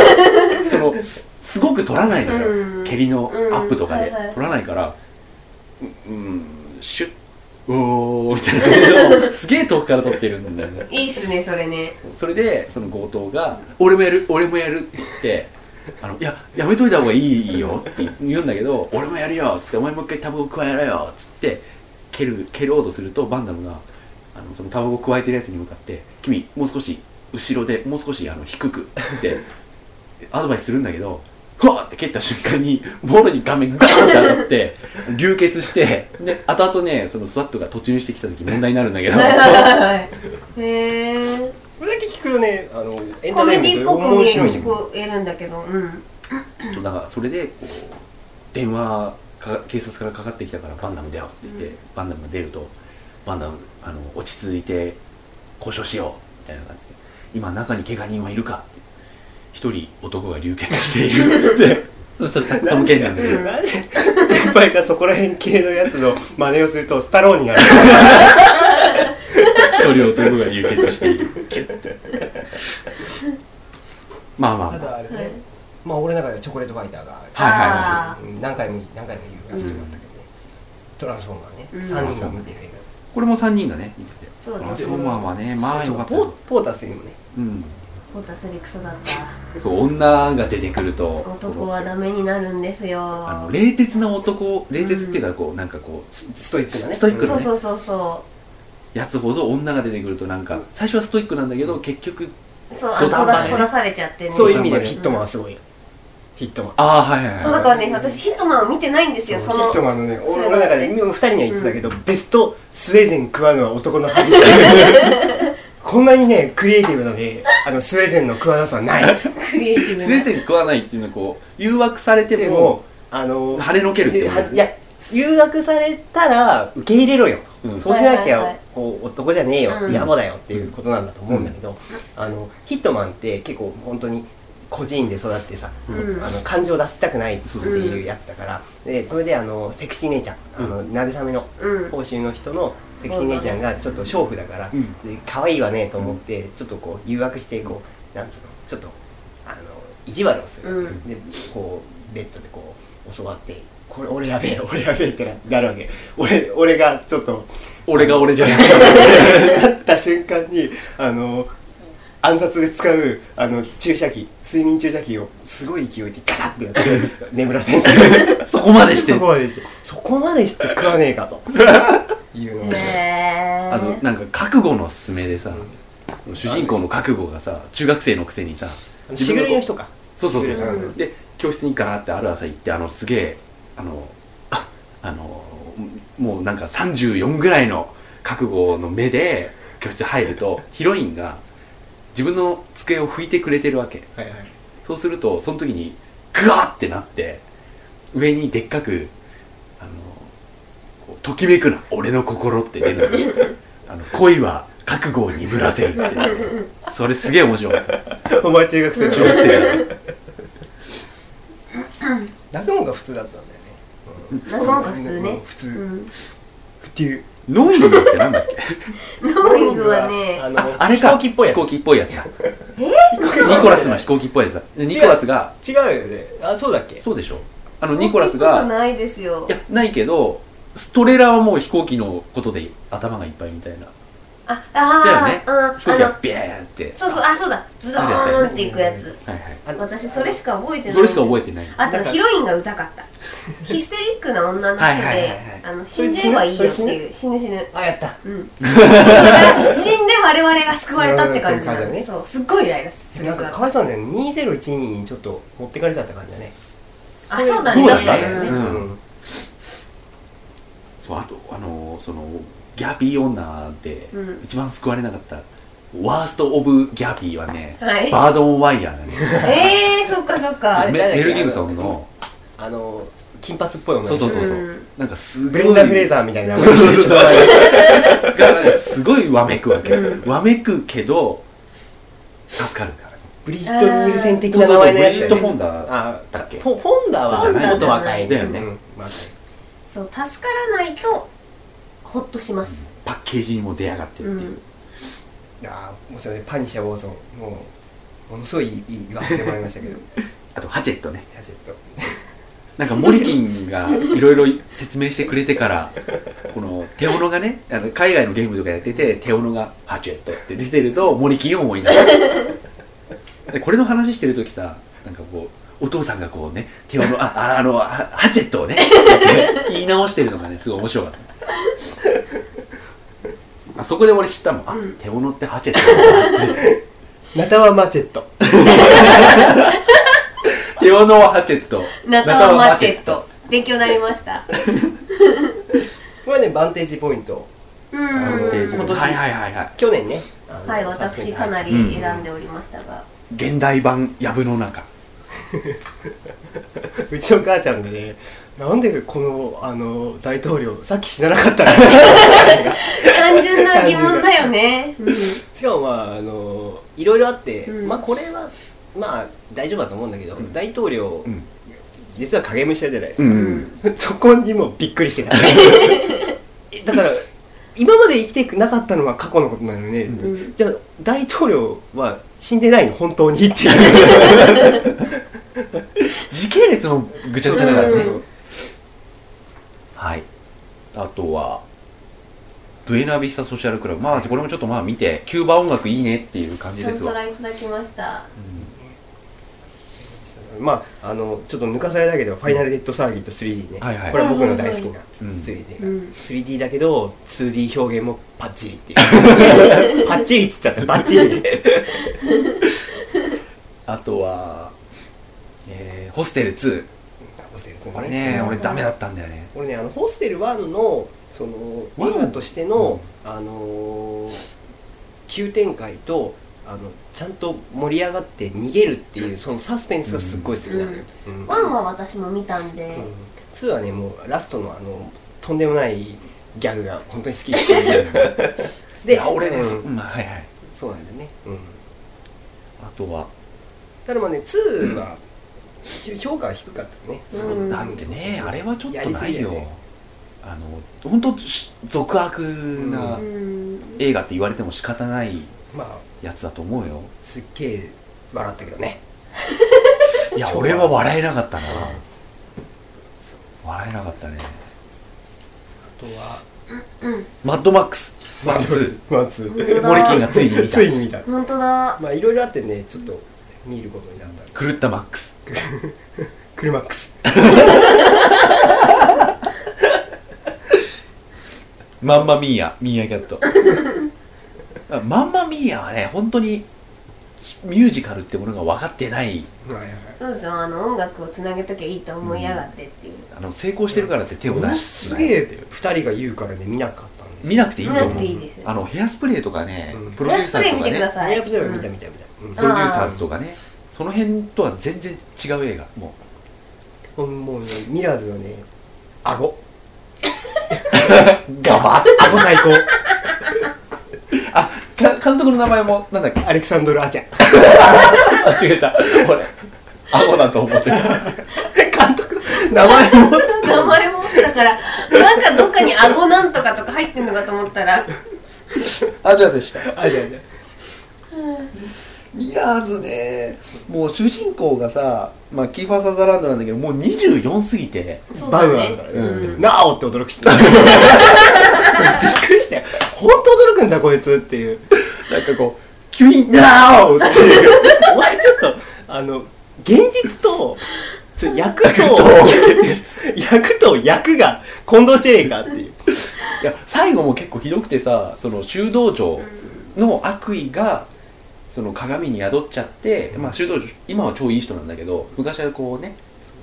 A: そのすすごく取らないのよ。
B: うん
A: 蹴りのアップとかで
B: うんはいはい
A: 取らないから、ううん、シュッ、おーみたいな感じの、すげえ遠くから撮ってるんだよね。
B: いいっすねそれね
A: それで、その強盗が、俺もやる、俺もやるって言って、あのいや、やめといた方がいいよって言うんだけど、俺もやるよっつって、お前もう一回タバコ加えろよっつって、蹴る、蹴ろうとすると、バンダムが、あのそのタバコ加えてるやつに向かって、君、もう少し後ろで、もう少しあの低くって、アドバイスするんだけど、ふわーって蹴った瞬間に、ボールに画面ガーンって当たって、流血して、で、後々ね、そのスワットが突入してきた時問題になるん だけ ど、
B: はいはいはいへえ
C: これだけ聞くとねあのエンタ
B: コ
C: ーテ
B: メ
C: イ
B: ディ
C: ンメン
B: っ
C: ト
B: ぽ
C: で
B: くも
C: 面白い
B: 聞こえるんだけどうん
A: そうだからそれでこう電話か警察からかかってきたからバンダム出ようって言って、
B: うん
A: バンダムが出るとバンダムあの落ち着いて交渉しようみたいな感じで今中に怪我人はいるかって一人男が流血しているっつって それその件なんだけど
C: なんで 先輩がそこら辺系のやつの真似をするとスタローンになる
A: 一人男が流血しているキュッてまあまあま
C: た
A: あ
C: だあれね、
B: はい
C: まあ俺の中ではチョコレートファイターがある
A: はいはい
B: あー
C: うん何回も何回も言うやつだったけどね、トランスフォーマーね、
B: うん
C: 3人が見てる映
A: これも3人がね見てて
B: そう
A: トラ
B: だ
A: ンスフォーマーはね
C: 画、
A: まあよかった
C: ポーポータスにもね
A: うん
B: ポタスリクソだった
A: そう女が出てくると
B: 男はダメになるんですよ
A: あの冷徹な男冷徹っていうかこう、なんかこう
C: ストイックなね
A: ストイックな
B: そう
A: ね
B: そうそうそ
A: やつほど女が出てくるとなんか最初はストイックなんだけど結局
B: うそうあ
A: 土
B: の
A: 壇場でね
B: 殺殺されちゃってね
C: そういう意味でのヒットマンはすごいよヒットマン
A: ああはいはい
B: そうだ
A: は
B: からね私ヒットマンを見てないんですよそ
C: ヒ
B: の
C: ットマンのね
B: そ
C: 俺
B: れ
C: の
B: は
C: 中で2人には言ってたけど、ベストスウェーデン食わぬは男の恥して るこんなにねクリエイティブなねあのスウェーデンの食わなさはない
B: クリエイティ
A: い
B: ブ
A: すべて食わないっていうのはこう誘惑されて
C: で
A: も
C: もあの
A: 跳ねのけるって
C: で
A: こと
C: はいや誘惑されたら受け入れろよと、
A: うん
C: そうし
B: はい
C: なき
B: はいは
C: ゃ
B: い
C: こう男じゃねえよ、
B: うん
C: 野暮だよっていうことなんだと思うんだけど、あのヒットマンって結構本当に孤児院で育ってさ、
B: うん
C: あの感情出したくないっていうやつだから、でそれであのセクシー姉ちゃんあの慰めの
B: うん
C: 報酬の人のセクシー姉ちゃんがちょっと娼婦だから、
A: うん
C: で可愛いわねと思って、ちょっとこう誘惑してこうなんつうのちょっとあの意地悪をする、
B: うん
C: でこうベッドでこう教わって「これ俺やべえ 俺やべえ」ってななるわけ俺俺がちょっと
A: 俺が俺じゃない
C: なった瞬間にあの暗殺で使うあの注射器睡眠注射器をすごい勢いでガチャってやって 眠らせて
A: そこまでして
C: そこまでしてそこまでして食わねえ かというのを
B: ね
A: あのなんか覚悟の勧めでさ主人公の覚悟がさ中学生のくせにさ
C: しぐれの人か
A: そうそうそう
C: しぐれ
B: う
C: の人
B: ん
A: で教室にガーってある朝行ってあのすげえあのああのもうなんか34ぐらいの覚悟の目で教室入るとヒロインが自分の机を拭いてくれてるわけ
C: はいはい
A: そうするとその時にグワーってなって上にでっかくあのこうときめくな俺の心って出るんです よあの恋は覚悟を鈍らせるっていうそれすげえ面白かった
C: お前中学生
A: 中学生だ
C: 泣くのが普通だったんだよね
B: 泣くのが普通ね
C: 普
B: う
C: 通
B: ん
C: 普通
A: ノイングってなんだっけ
B: ノイングはね
C: あの
A: ああれか
C: 飛行機っぽいや
A: 飛行機っぽいやつだ
B: え
A: ニコラスの飛行機っぽいやつだでニコラスが
C: つ違うよねあそうだっけ
A: そうでしょあのニコラスが
B: そんなことないですよ
A: いやないけどストレラはもう飛行機のことで頭がいっぱいみたいな
B: ああーうん
A: 飛行
B: あ
A: 機が
B: の
A: ビャーンって
B: そうそうあそうだズドーンっていくやつ
A: はいはい
C: あの
B: 私それしか覚えてない
A: それしか覚えてない
B: あ
C: な
B: と
C: んか
B: ヒロインがうざかったヒステリックな女の
A: はい
B: 人
A: はいはい
B: で
A: はい
B: あの死んじゃえばいいよっていう死ぬ死ぬ
C: あやった
B: うん、 だから死んで我々が救われたって感じな
C: うんそういう感じだ
B: の
C: ね
B: そうすっごいイライラする
C: なんかかわいそうなんだよね2012にちょっと持ってかれたって感じだね
B: あそうだ
A: そ
B: ね
A: うだ
B: 確
A: ったね
B: かにね
A: うんそうあとあのーそのギャビー女で
B: うん
A: 一番救われなかった、ワースト・オブ・ギャビーはね
B: はい
A: バードン・ワイヤーだね
B: えー、そっかそっか
C: れ
A: メ
C: 誰だっけ
A: メル・ギブソンの
C: あの金髪っぽい女の
A: そう
C: 人
A: そうそうそう、
B: うん
A: なんかすご
C: ブ
A: い
C: レンダー・フレーザーみたいな
A: そうそうそう
C: ちょっと前
A: がなんかすごいわめくわけ、
B: う
A: わめくけど助かるから
C: ブリジット・ニールセン的な名前のやつ
A: そうそうブリジッ
C: だよ
A: ト・フォンダ
C: ねあ
A: だっけ
C: フォフォンダは
B: フォンダ
C: もっと若い
A: だよね
C: うん若い
B: そう助からないとほっとします
A: パッケージにも出やがって
B: う
A: るっていう、
B: ん
C: あーもちろんねパニッシャー・ウォーゾンもうものすごいいい言わせてもらいましたけど
A: あとハチェットね
C: いやちょっと
A: なんかモリキンがいろいろ説明してくれてからこのテオノがねあの海外のゲームとかやっててテオノが「ハチェット」って出てるとモリキンを思い出すでこれの話してる時さなんかこうお父さんがこうねテオノあああのハハチェットをねって言い直してるのがねすごい面白かったあそこで俺知ったもんあ、
B: うん
A: テオノってハチェットなんだ って
C: ナタワ・マチェット
A: テオノはハチェット
B: ナタワ・マチェット勉強になりました
C: これはねバンテージポイント
B: う
A: ナタワ
B: ん
A: マチェット
C: 今年
A: はいはいはいはい
C: 去年ねあの
B: はい私かなり選んでおりましたが、
A: 現代版「やぶの中」
C: うちの母ちゃんがねなんでこのあの大統領さっき死ななかった の
B: 単純な疑問だよね、うん
C: しかもまああのいろいろあって、
B: うん
C: まあこれはまあ大丈夫だと思うんだけど、
A: ん
C: 大統領、
A: うん
C: 実は影武者じゃないですか、
A: うん
C: そこにもびっくりして たえだから今まで生きてなかったのは過去のことなのね、
B: うん
C: じゃあ大統領は死んでないの本当にっていう
A: 時系列もぐちゃぐちゃだからね、
B: うん
A: はいあとはブエナビスタソーシャルクラブまあこれもちょっとまあ見てキューバ音楽いいねっていう感じ
B: サ
A: で
B: ン
A: す
B: ト
A: わ、
B: ラいただきました
C: まああのちょっと抜かされたけど「ファイナルデッドサーギー」と 3D ね、
A: はいはい
C: これは僕の大好きな
A: うん
C: 3D が、
B: うん
C: 3D だけど 2D 表現もパッチリってい うパッチリっつっちゃったパッチリ
A: あとは、えーホステル2
C: ホステルと
A: これね、
C: うん
A: 俺ダメだったんだよね
C: 俺ねあのホステル1のその
A: ワン
C: 映画としての、あのー急展開とあのちゃんと盛り上がって逃げるっていうそのサスペンスがすっごい好きなのよ、うん
B: ワンは私も見たんで、
C: うん2はねもうラストのあのとんでもないギャグが本当に好きでし た
A: で俺ね、
C: うん
A: そうんはいはい
C: そうなんだよね、うん
A: あとは
C: ただまあね2はひ評価は低かったね
B: うん
C: そう
A: なんでね、あれはちょっ
C: や
A: と
C: りす
A: な
C: ぎだ
A: いよ。
C: よね
A: あの、本当俗悪な
B: うん
A: 映画って言われても仕方ない
C: まあ
A: やつだと思うよ。
C: すっげえ笑ったけどね
A: いや、
C: そう
A: 俺は笑えなかったな。笑えなかったね。
C: あとは
A: マッドマックス。
C: マ
A: ワンツ
C: マツ
B: 本当だ
A: ー。モリキンがついに見た
C: つ。いに見た
B: 本当だ
C: まあいろいろあってねちょっと見ることになったんだ
A: 狂ったマックス。
C: クルマックス
A: マンマミーヤ、ミーヤキャット。あマンマミーヤはね、本当にミュージカルってものが分かってない。
C: はいはいはい
B: そうですよあの音楽をつなげときゃいいと思いやがってっていう、
A: あの、成功してるからって手を
C: も
A: 出
C: の
A: し
C: す
A: てない
C: げえ2人が言うからね見なかったんですよ
A: 見なくていいと思う
B: 見なくていいです
A: あのヘアスプレーとかね、
C: うん
A: プロデューサー
B: ヘアスプレ
A: とか
B: ー見てくだ
A: ね
B: さい
C: あやっぱそれは見
B: う
C: た
B: ん
C: 見た見た、うん
A: プロデューサーズとかねその辺とは全然違う映画も
C: もうもうねミラーズはね顎
A: うガバ
C: 顎最高
A: あか監督の名前もなんだっけ
C: アレクサンド ル・アジャ
A: あ違えた俺顎だと思ってた
C: 監督名前も
B: 名前もだからなんかどっかに顎なんとかとか入ってんのかと思ったら
A: アジャでした
C: アジャアジャ
A: ミラーズねもう主人公がさ、まあ、キーファー・サザーランドなんだけどもう24過ぎて
B: そう
C: バ
B: だ
C: ウア
B: ね
C: ーだからね、
B: うん
C: なおって驚くし びっくりしたよ本当驚くんだこいつっていうなんかこう急に「なお!」っていうお前ちょっとあの現実とちょ役と役と役が混同してねえかっていう
A: いや最後も結構ひどくてさその修道場の悪意がその鏡に宿っちゃって、まあ、修道場今は超いい人なんだけど昔はこうね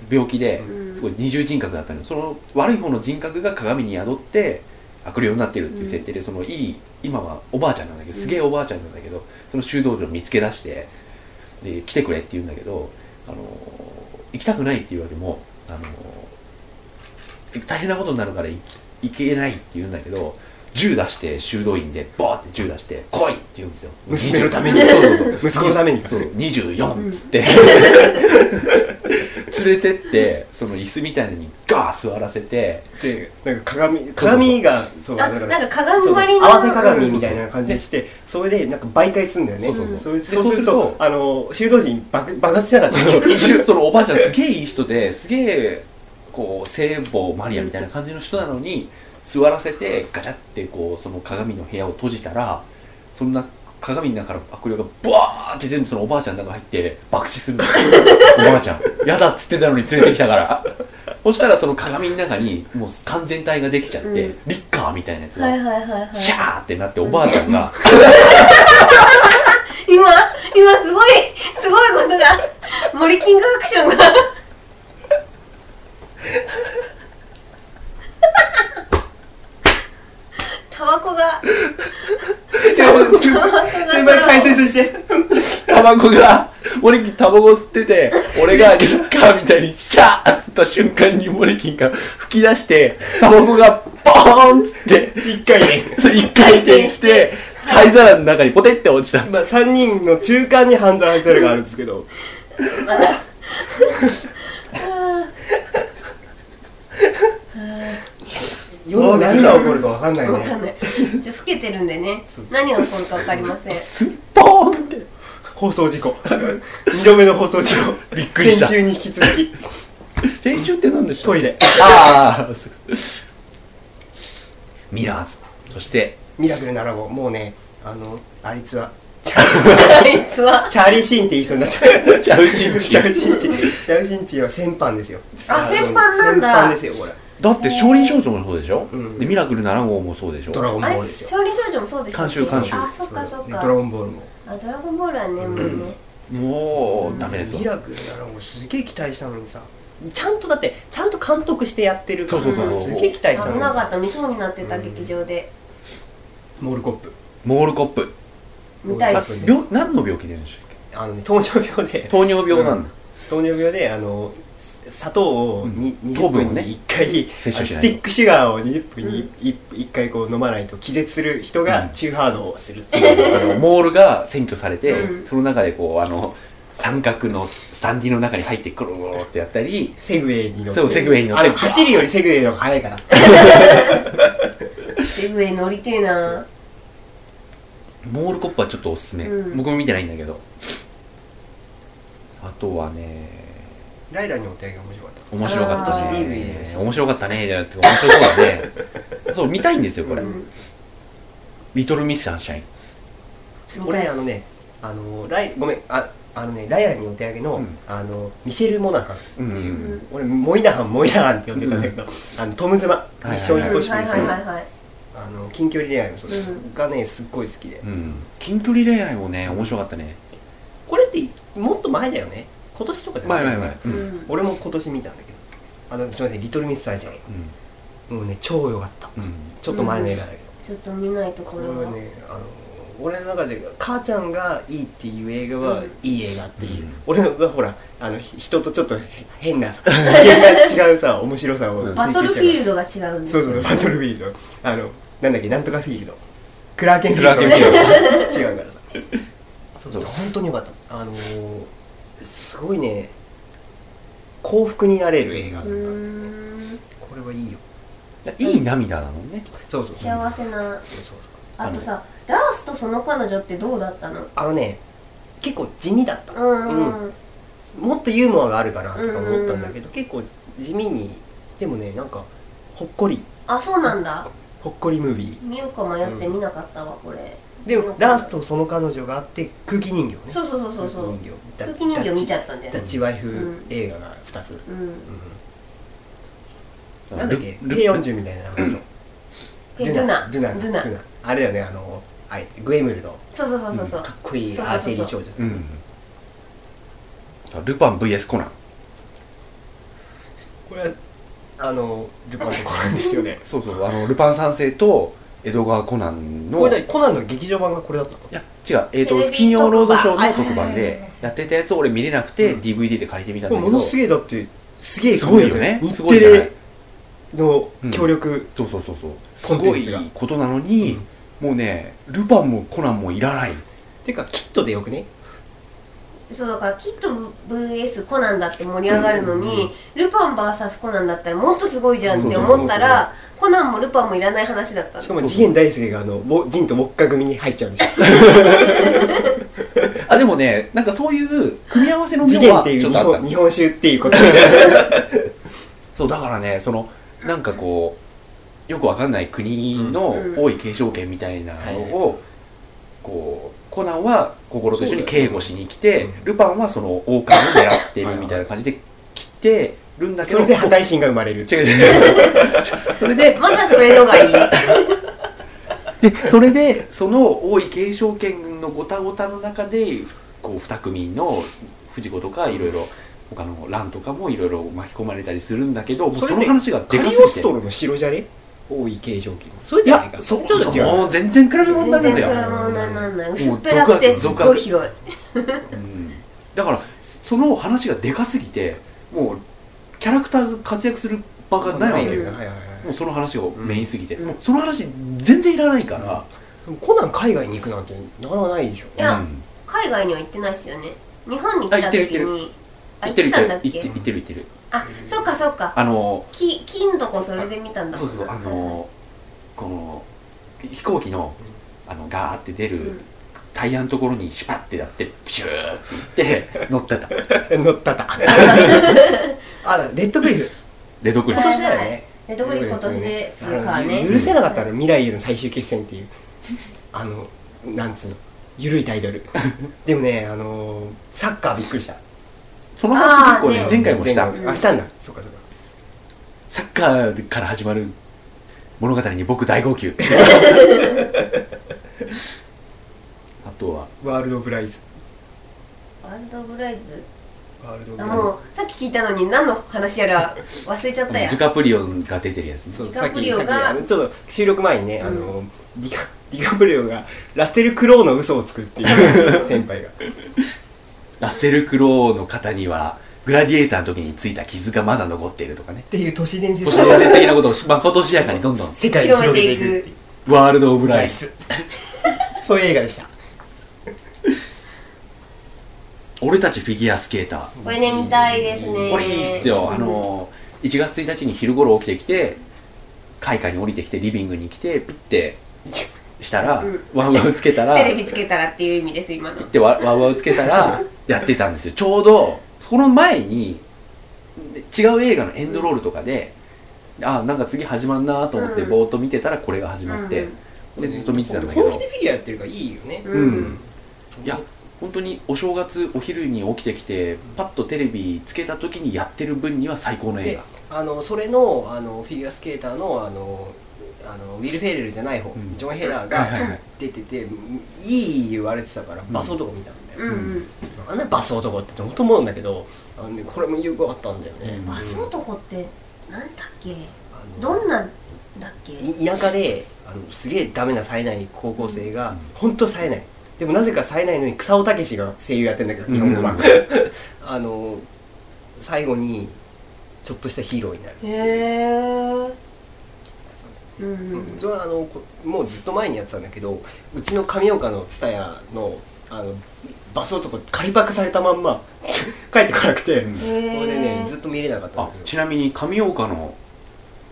A: 病気で
B: うん
A: すごい二重人格だったのよその悪い方の人格が鏡に宿って悪霊になってるっていう設定で、そのいい今はおばあちゃんなんだけどすげえおばあちゃんなんだけど、その修道場を見つけ出してで来てくれって言うんだけど、あのー行きたくないって言うわけも、あのー大変なことになるから行き行けないって言うんだけど銃出して修道院でボーって銃出して「来い!」って言うんですよ
C: 娘のために
A: そうそうそう
C: 息子のために
A: そう24っつって、 連れてってその椅子みたいなのにガー座らせ て
C: でなんか鏡鏡がそう
B: あ
C: だ
B: な
C: か
B: ん
C: ら
B: か鏡
C: そう
B: 張りの
C: 合わせ鏡みたいな感じにしてそれでなんか媒介するんだよね
A: そうそうそう
C: れそう
A: そ
C: する
A: うす
C: と
A: る
C: あの修道陣爆爆発しなかったっけ
A: 一瞬そのおばあちゃんすげえいい人ですげえこう聖母マリアみたいな感じの人なのに座らせてガチャってこうその鏡の部屋を閉じたらそんな鏡の中から悪霊がブワーって全部そのおばあちゃんの中入って爆死す るのおばあちゃんやだっつってたのに連れてきたからそしたらその鏡の中にもう完全体ができちゃって、
B: うん
A: リッカーみたいなやつが、
B: はいはいはいはい
A: シャーってなっておばあちゃんが
B: 今今すごいすごいことが森キングアクションがタバコがタバコ
C: 先
B: が
C: 輩解説して
A: タバコが、モレキンタバコ吸ってて、俺がリッカーみたいにシャーっつった瞬間にモレキンが吹き出して、タバコがボーンっつって、
C: 一回ね
A: 一回転して、灰皿の中にポテって落ちた。
C: まあ、3人の中間に半沢ハイタルがあるんですけど世の中何が起こるか分かんない
B: わ
C: ね
B: かんないじゃあ老けてるんでね何が起こるかわかりません
A: スッポーンって。
C: 放送事故2度目の放送事故
A: びっくりした
C: 先週に引き続き
A: 先週って何でしょ
C: ト
A: う
C: イレ
A: ああ、ミラーズ。そして、
C: ミラクルならばもうねあのあいつは
B: あいつは
C: チャーリー・シーンって言いそうになっちゃう
A: チャウシン
C: チャウシンチチャウシンチは先般ですよ
B: あ先般なんだ
C: 先般ですよこれ
A: だって、少林少女もそうでしょ、
C: うん
A: で、ミラクル7号もそうでしょ
C: ドラゴンボ
B: あれ
C: ールですよ
B: 勝利少女もそうでしたっけ
A: 監修監修
B: あそっかそっ
C: で
B: か
C: ドラゴンボールも
B: あドラゴンボールはねもうね
A: もう、ダメです
C: ミ
A: よ。
C: ラクルならもうすげえ期待したのにさちゃんとだってちゃんと監督してやってるから
A: そう
B: そうそう
C: すげえ期待したの
B: 危
C: に
B: な
C: さ
B: かった見そうになってた劇場で
C: モールコップ
A: モールコップ。
B: 見たいっ
C: あ
B: す
A: 病何の病気でしたっけ
C: あのね糖尿病で
A: 糖尿病なんだ、
C: 糖尿病であの砂糖をに
A: うん
C: 20分
A: 糖分を
C: に
A: ね
C: 1回、
A: 摂取し
C: あ
A: な
C: ス
A: いと
C: ティックシュガーを20分に 1, 回こう飲まないと気絶する人
A: う
C: が
A: ん
C: チューハードをするっていう、
A: あのモールが占拠されて、
B: うん
A: その中でこうあの三角のスタンディの中に入ってくるってやったり
C: セグウェイに乗って
A: そうセグウェイに乗って
C: あれ走るよりセグウェイの方が速いから
B: セグウェイ乗りてえな
A: モールコップはちょっとおすすめ、
B: うん
A: 僕も見てないんだけどあとはね
C: ライラにお手上げ面白かった
A: 面白かった
B: あ
A: ね
B: ー
C: DVD ですよ
A: 面白かったねじゃなくて面白そうだねそう見たいんですよこれ、
B: うん
A: リトルミスサンシャイン
B: 見
C: 俺
B: たい
C: ね
B: っ
C: あ
B: す
C: のねあのライごめんああのねライラにお手上げの,、
A: うん
C: あのミシェル・モナハン
A: うんうん
B: う
A: うん
B: ん
C: 俺モイナハンモイナハンって呼んでたんだけど、あのトム・ズマ
A: いはい
C: 一生
B: は
C: 一
B: い
C: 個
B: は
C: しか
B: い
C: 見せ
B: はい
C: ない
B: はい
C: あの近距離恋愛もそうです、
B: うん
C: がねすっごい好きで
A: うん近距離恋愛もね面白かったね
C: これってもっと前だよね今年とかじゃな
A: 前
C: い
A: 前前うん、うん
B: うん
C: 俺も今年見たんだけどあのすいません「リトル・ミス・サイジャン」もうね超良かった
A: うん、
C: ちょっと前の映画だけど、
B: ちょっと見ないとこれ
C: これ
B: は
C: はねあの俺の中で母ちゃんがいいっていう映画は、
B: うん
C: いい映画っていう、
A: うん
C: 俺がほらあのひ人とちょっと変なさ気が違うさ面白さを追求してる
B: バトルフィールドが違うんです
C: そう
B: よ
C: そうバトルフィールドあのなんだっけなんとかフィールドクラーケンフィ
A: クラーケンフ
C: ールド 違うからさそう
A: そう
C: 本当によかったあのーすごいね幸福になれる映画だ
B: う
C: った、
B: ーん
C: これはいいよ
A: いい涙だもんね
C: そうそうそう
B: 幸せな
C: そう
B: あとさラースとその彼女ってどうだったの
C: あのね結構地味だった
B: うんうん
C: もっとユーモアがあるかなとか思ったんだけど、結構地味にでもねなんかほっこり
B: あそうなんだ
C: ほっこりムービー
B: 見ようか迷って見なかったわこれ
C: でもラストその彼女があって空気人形ね
B: そうそうそうそうそう
C: 空
B: 空
C: 気
B: 気
C: 人
B: 人
C: 形
B: 形見ち
C: ゃ
B: ゃったんだよ
C: ダッ
B: ね
C: チワイフ映画が2つ、
B: うん
C: うんなんだっけ
A: ル
C: ペヨンジュみたいな名前の
B: ペドゥナ
C: ドゥナ
B: ドゥナ
C: ドゥナあれだよねあのあえてグエムルの
B: そうそうそうそうそう
C: かっこいいアーチェリー少女だった
A: う
C: ね
A: んルパン VS コナン
C: これはあのルパンの子なんですよね
A: そうそうあのルパン三世と江戸川コナンの
C: これだコナンの劇場版がこれだったの
A: いや違う、えー、
B: テレ
A: と
B: ビ
A: 金曜ロードショーの
B: 特
A: 特
B: 番
A: 番
B: はいはいはい
A: で
B: はい
A: やってたやつを俺見れなくて
C: うん
A: DVD で借りてみたん
C: これ
A: だ
C: も
A: けど
C: のすげえだってすげえ
A: すごいよね
C: 日
A: すごい
C: テ
A: じゃない
C: レの協力、
A: そうそうそうそうす
C: コンテ
A: ご
C: ン
A: い
C: ツが
A: ことなのに、もうねルパンもコナンもいらない
C: ていうかキットでよくね
B: そうだからきっと VS コナンだって盛り上がるのに、ルパン VS コナンだったらもっとすごいじゃんって思ったらコナンもルパンもいらない話だった
C: し
B: の
C: かも次元大輔があのぼジンとウォッカ組に入っちゃうんですよ
A: あでもねなんかそういう組み合わせの
C: 次
A: 妙
C: 元
A: は
C: っていう
A: ちょ
C: 日
A: っとあった
C: 本
A: の
C: 日本酒ってい うこと
A: そうだからねそのなんかこうよくわかんない国の
B: うん
A: 王位継承権みたいなのを、こうコナンは心と一緒に警護しに来て、
C: そうだよね
A: ルパンはその王冠を狙ってるみたいな感じで来てるんだけ
C: そ
A: ど
C: れで破壊神が生まれる
A: 違う違う それで
B: まだそれのがいい
A: でそれでその王位継承権のごたごたの中でこう2組の藤子とかいろいろ他の蘭とかもいろいろ巻き込まれたりするんだけどもう
C: それ
A: そ
C: で
A: の話がで
C: カリ
A: か
C: オ
A: すぎ
C: ス
A: て
C: トロの城じゃね多い形状記それ
A: い
C: じゃな
A: や
C: いか
A: そ
C: ちょっ
A: う
C: と違
A: も
C: う
A: う全然比べ物になるん
B: 全
A: だ
B: 然
A: よ
B: これ、はなんない薄っぺらくてすっごい広い
A: うんだからその話がでかすぎてもうキャラクターが活躍する場がないわけ
B: ない
A: よ
B: よね
C: はいはい
A: もうその話がメインすぎて、
C: うん
A: もうその話全然いらないから、
C: はいコナン海外に行くなんてなかなかないでしょ
B: いや
A: うん
B: 海外には行ってないですよね日本に来た
A: あ
B: 時
A: 行ってる
B: にあ
A: 言ってる
B: たん
A: 言
B: だっ
A: ってる
B: け
A: 言ってる言ってる
B: あそうかそうか
A: あの
B: き金とこそれで見たんだ
A: そうそうあのこの飛行機のあのガーって出
B: う
A: る
B: ん
A: タイヤのところにシュパッてやってピシューっていって乗ってた
C: 乗っ たた あレッドクリフ
A: レドクリ
C: 今
A: フ
C: 年だよね
B: ネットフリ今年でするから
C: あ
B: ね
C: の許せなかったの未来への最終決戦っていうあのなんつうのゆるいタイトルでもねあのサッカーびっくりした
A: その話結構
B: あー
A: ね
B: ね
A: 前回もした
C: 前回あしたんだそうかそうか
A: サッカーから始まる物語に僕大号泣あとは
C: ワールドブライズ
B: ワールドオブライズ
C: ワールド
B: あもうさっき聞いたのに何の話やら忘れちゃったや
A: デュカプリオンが出てるやつね
C: そう
B: ディ
C: さ
B: カ
C: っ
B: プ
C: き
B: リオ
C: さっき
B: が
C: あのちょっと収録前にね、
B: うん
C: あのディカディカプリオがラッセル・クロウの嘘をつくっていう先輩が
A: ラッセル・クロウの方にはグラディエーターの時についた傷がまだ残っているとかね
C: っていう都市伝説
A: 都市伝説的なことをまことしやかにどんどん
C: 世界に広げていくっていう
A: ワールド・オブ・ラ
C: ラ
A: イ
C: イ
A: ズ
C: スそういう映画でした
A: 俺たちフィギュアスケーター
B: これね見たいですね
A: これいいっすよ、あのー1月1日に昼頃起きてきて開花に降りてきてリビングに来てピッてしたら、
B: うん
A: ワンワンつけたら
B: テレビつけたらっていう意味です今の
A: ってわわわをつけたらやってたんですよちょうどその前に違う映画のエンドロールとかで、あなんか次始まんなと思って
B: うん
A: ぼーっと見てたらこれが始まって、でずっと見てたんだけ
C: 本
A: ど
C: 気でフィギュアやってるからいいよね、
B: うん
A: う
B: うん
A: んいや本当にお正月お昼に起きてきてパッとテレビつけた時にやってる分には最高の映
C: で
A: 画
C: あのそれのあのフィギュアスケーターのあのあのウィル・フェレルじゃない方、
A: うん
C: ジョン・ヘラー
A: はいはいは
C: が
A: い
C: 出てて、いい言われてたから
A: ん
C: バス男見たんだよ、
B: うんうん
C: あんなバス男って本当思うんだけどあの、ね、これもよくわかったんだよね、
A: うん
B: バス男ってなんだっけ
C: あの
B: どんなんだっけ
C: い田舎であのすげえダメな冴えない高校生が、
A: うん
C: 本当冴えないでもなぜか冴えないのに草尾武史が声優やってんだけど日本語版、
A: うん
C: あの最後にちょっとしたヒーローになる、
B: へえうんうん
C: それはあのこもうずっと前にやってたんだけどうちの神岡の蔦屋のあのバス男仮パクされたまん ま帰ってこなくて、
A: うん
C: こ
B: へえ
C: れでねずっと見れなかったん
A: あ
C: だけ
A: ちなみに上岡の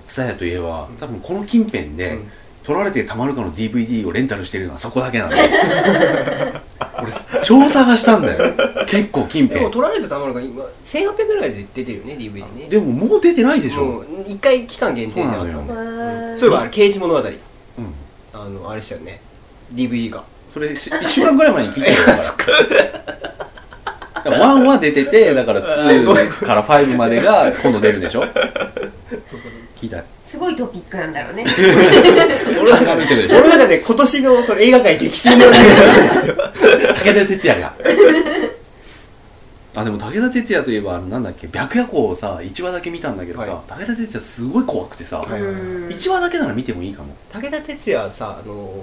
A: 蔦屋といえば多分この近辺
C: ど、
A: で
C: うん
A: 取られてたまるかの DVD をレンタルしてるのはそこだけなんだよ 俺調査がしたんだよ結構近
C: でも
A: 辺
C: 取られてたまるが今1800ぐらいで出てるよね DVD ね
A: でももう出てないでし
C: も
A: ょ、
C: う一回期間限定であったんだ
A: そうなのよ
B: へー
C: そういえばあれ刑事物語
A: うん、
C: あのあれでしたよね DVD が
A: それし1週間ぐらい前に聞いてるからだから1は出ててだから2から5までが今度出るんでしょ聞いた
B: すごいトピックなんだろうね
C: 俺の中
A: 明るいってことでしょ
C: 俺の中で今年のその映画界激震の
A: 武田鉄矢があでも武田鉄矢といえばあのなんだっけ白夜行をさ1話だけ見たんだけどさ、
C: は
A: 武田鉄矢すごい怖くてさ、
C: はい
B: うん
A: 一1話だけなら見てもいいかも
C: 武田鉄矢さあの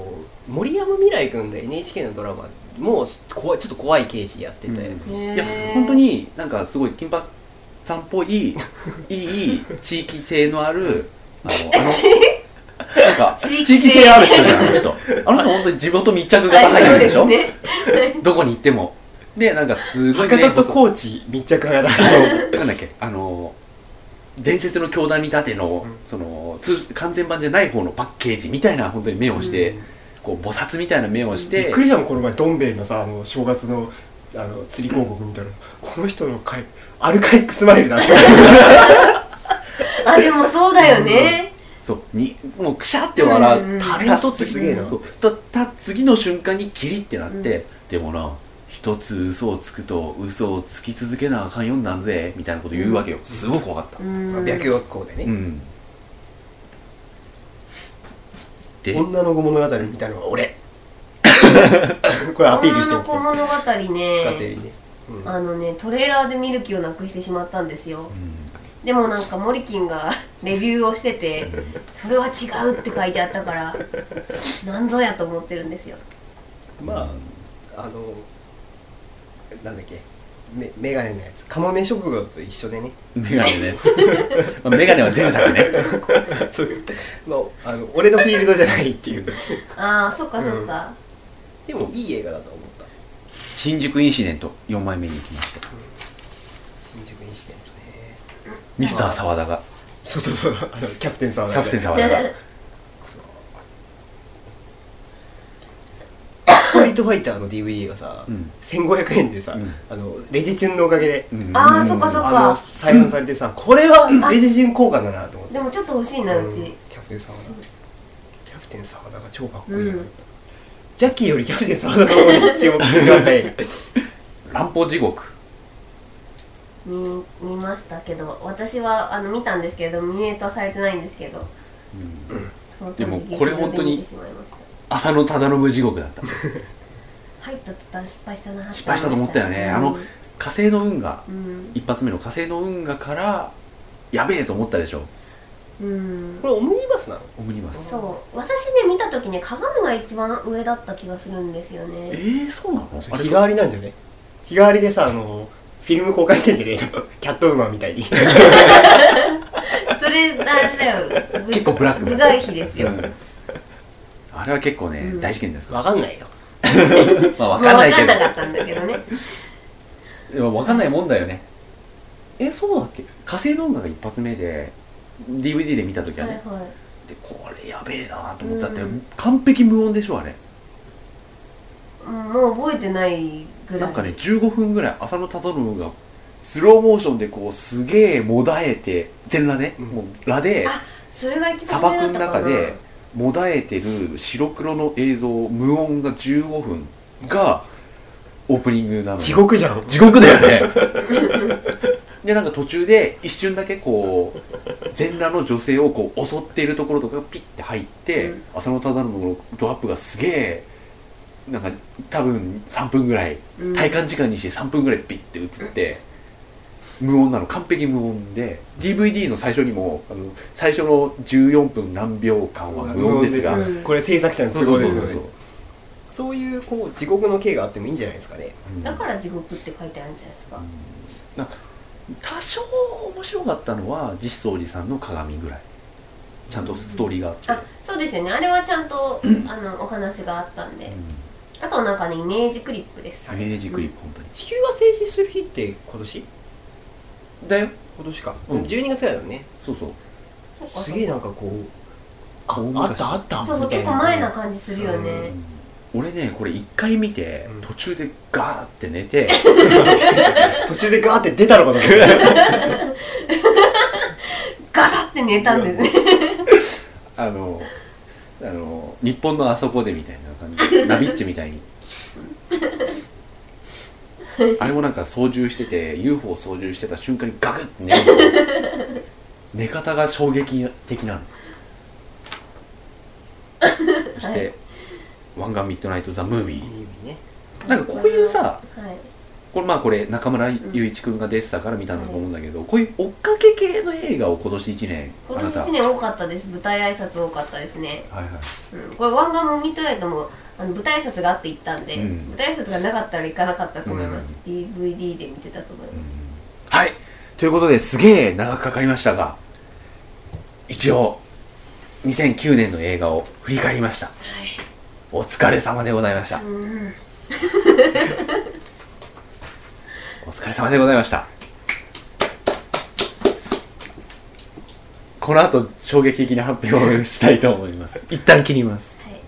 C: 森山未来君で NHK のドラマもう怖いちょっと怖い刑事やってたよ、
A: うん
B: へー
A: いや本当になんかすごい金八さんっ ぽいいい地域性のあるあのあの
B: ち
A: なんか、地 域
B: 地域性
A: 性ある人じゃん、あの人。あの人、本当に地元密着が高いんでしょ、
B: あそうですね
A: どこに行っても。で、なんか、すごい、
C: 博多と
A: こ
C: 高知密着が
A: う、
C: 大
A: なんだっけ、あの、伝説の教団に立ての、その、つ完全版じゃない方のパッケージみたいな、本当に目をして、こう、菩薩みたいな目をし
C: びってく、りしたもんこの前どん兵衛のさあの正月のあの釣り広告見たらこの人の回アルカイックスマイルだ
B: あでもそうだよね
A: そう、に、もう、くしゃって笑う。
B: うんうん
C: タレントってすげえな
A: そうたた次の瞬間にキリってなって、でもな一つ嘘をつくと嘘をつき続けなあかんようになんぜみたいなこと言うわけよ、すごく怖かった
B: うん
C: 白学校で
A: う
C: ね、
A: んで
C: 女の子物語みたいなのが俺 これアピールして
B: 女
C: お
B: の
C: く
B: 子物語
C: 家庭
B: ね
C: にね、うん
B: あのねトレーラーで見る気をなくしてしまったんですよでもなんかモリキンが レビューをしててそれは違うって書いてあったからなんぞやと思ってるんですよ
C: まああのなんだっけメメガネのやつカモメ食堂と一緒 でね
A: メガネねまあメガネはジェムさんね
C: そういう、まあ、あの俺のフィールドじゃないっていう
B: ああそっかそっか、
C: でもいい映画だと思った
A: 新宿インシデント4枚目に行きました
C: 新宿インシデントね
A: ミスター澤田が
C: そうそうそうあのキャプテンさん
A: キャプテン澤田が
C: ストリートファイターの DVD がさ、
A: うん
C: 1500円でさ、
A: うん
C: あのレジチュンのおかげで、
A: うん
B: ああそっかそっ
C: あの
B: か
C: 再販されてさ、これはレジチュン効果だなと思って
B: でもちょっと欲しいなうち、
C: んキャプテン沢田キャプテン沢田が超かっこいいな、
B: うん
C: ジャッキーよりキャプテン沢田の方に注目してしまった 映画
A: 乱暴地獄
B: 見見ましたけど私はあの見たんですけどミネートはされてないんですけどその当時
A: でもこれ本当に
B: 劇場で見てしまいました
A: 浅野忠信地獄だった
B: 入った途端失敗したなって思いま
A: 失敗したと思ったよねあの火星の運河
B: うん
A: 一発目の火星の運河からやべえと思ったでしょ
B: うん
C: これオムニバスなの
A: オムニバス
B: そう私ね見た時ね鏡が一番上だった気がするんですよ
A: え
B: ね
A: ー、そうなのあ
C: 日替わりなんじゃね日替わりでさあのフィルム公開してんじゃねえの キャットウーマンみた いに
B: それあれだよ
A: 結構ブラック
B: 部外費ですよ、
A: うんあれは結構ね、
B: うん
A: 大事件ですか
C: わかんないよ
A: まあ
B: まあ
A: 分かんないけど
B: 分かんなかったんだけどね
A: でも分かんないもんだよねえそうだっけ火星の音楽が一発目で DVD で見た時は
B: はい
A: ね、
B: は
A: でこれやべえなと思ったって、
B: うん
A: 完璧無音でしょあれ
B: い、うん、もう覚えてないぐらい
A: なんかね15分ぐらい浅野忠信がスローモーションでこうすげえもだえて全裸ね、
D: うん
A: もう裸で
B: あそれが一
A: 砂
B: 番
A: 漠
B: 上
A: の
B: だったか
A: 中
B: な
A: でもだえてる白黒の映像無音が15分がオープニングなのよ
D: 地獄じゃん
A: 地獄だよね でなんか途中で一瞬だけこう全裸の女性をこう襲っているところとかがピッて入って、
B: うん
A: 浅野忠信のドアップがすげえなんか多分3分ぐらい
B: うん
A: 体感時間にして3分ぐらいピッて映って無音なの完璧無音で DVD の最初にもあの最初の14分何秒間は無音ですが
B: 無音ですうん
D: これ制作者の
A: そう
D: 都
A: そう
D: 合
A: そ
D: で
A: う
D: す
A: そ
D: よ
A: う
D: ねそういうこう地獄の刑があってもいいんじゃないですかね
A: うん
B: だから地獄って書いてあるんじゃないですか、
A: な多少面白かったのは実相寺さんの鏡ぐらいちゃんとストーリーがあって、
B: あそうですよねあれはちゃんと、あのお話があったんで
A: うん
B: あとなんかねイメージクリップです、
A: イメージクリップ本当に
D: 地球が静止する日って今年
A: だよ
D: 今年か、
A: うん
D: 12月ぐらいだよね
A: そうそう
B: うん
D: すげえなんかこうあ
A: 大
D: あ
A: 昔
D: ったあった
B: そうそう
D: みたい
B: 結構前な感じするよね、
D: う
A: 俺ねこれ一回見て、
D: うん
A: 途中でガーって寝て
D: 途中でガーって出たのかと思った
B: ガタって寝たんですね
A: あのあの日本のあそこでみたいな感じでナビッチみたいにあれもなんか操縦してて UFO を操縦してた瞬間にガクッて寝る寝方が衝撃的なのそして、ワンガンミッドナイト・ザ・ムービー
D: ね
A: なんかこういうさ
B: はい
A: これまあこれ中村雄一君が出てたから見たんだと思うんだけど、こういう追っかけ系の映画を今年1年
B: 今年1
A: は
B: 年多かったです舞台挨拶多かったですね、
A: いはい
B: うん、これワンガムミッドナイトもあの舞台挨拶があって行ったんで、
A: うん
B: 舞台挨拶がなかったら行かなかったと思います、DVD で見てたと思います、
A: はい。ということですげえ長くかかりましたが、一応、2009年の映画を振り返りました。お疲れ様でございました。
B: うん
A: お疲れ様でございました。この後、衝撃的な発表をしたいと思います。一旦切ります。
B: はい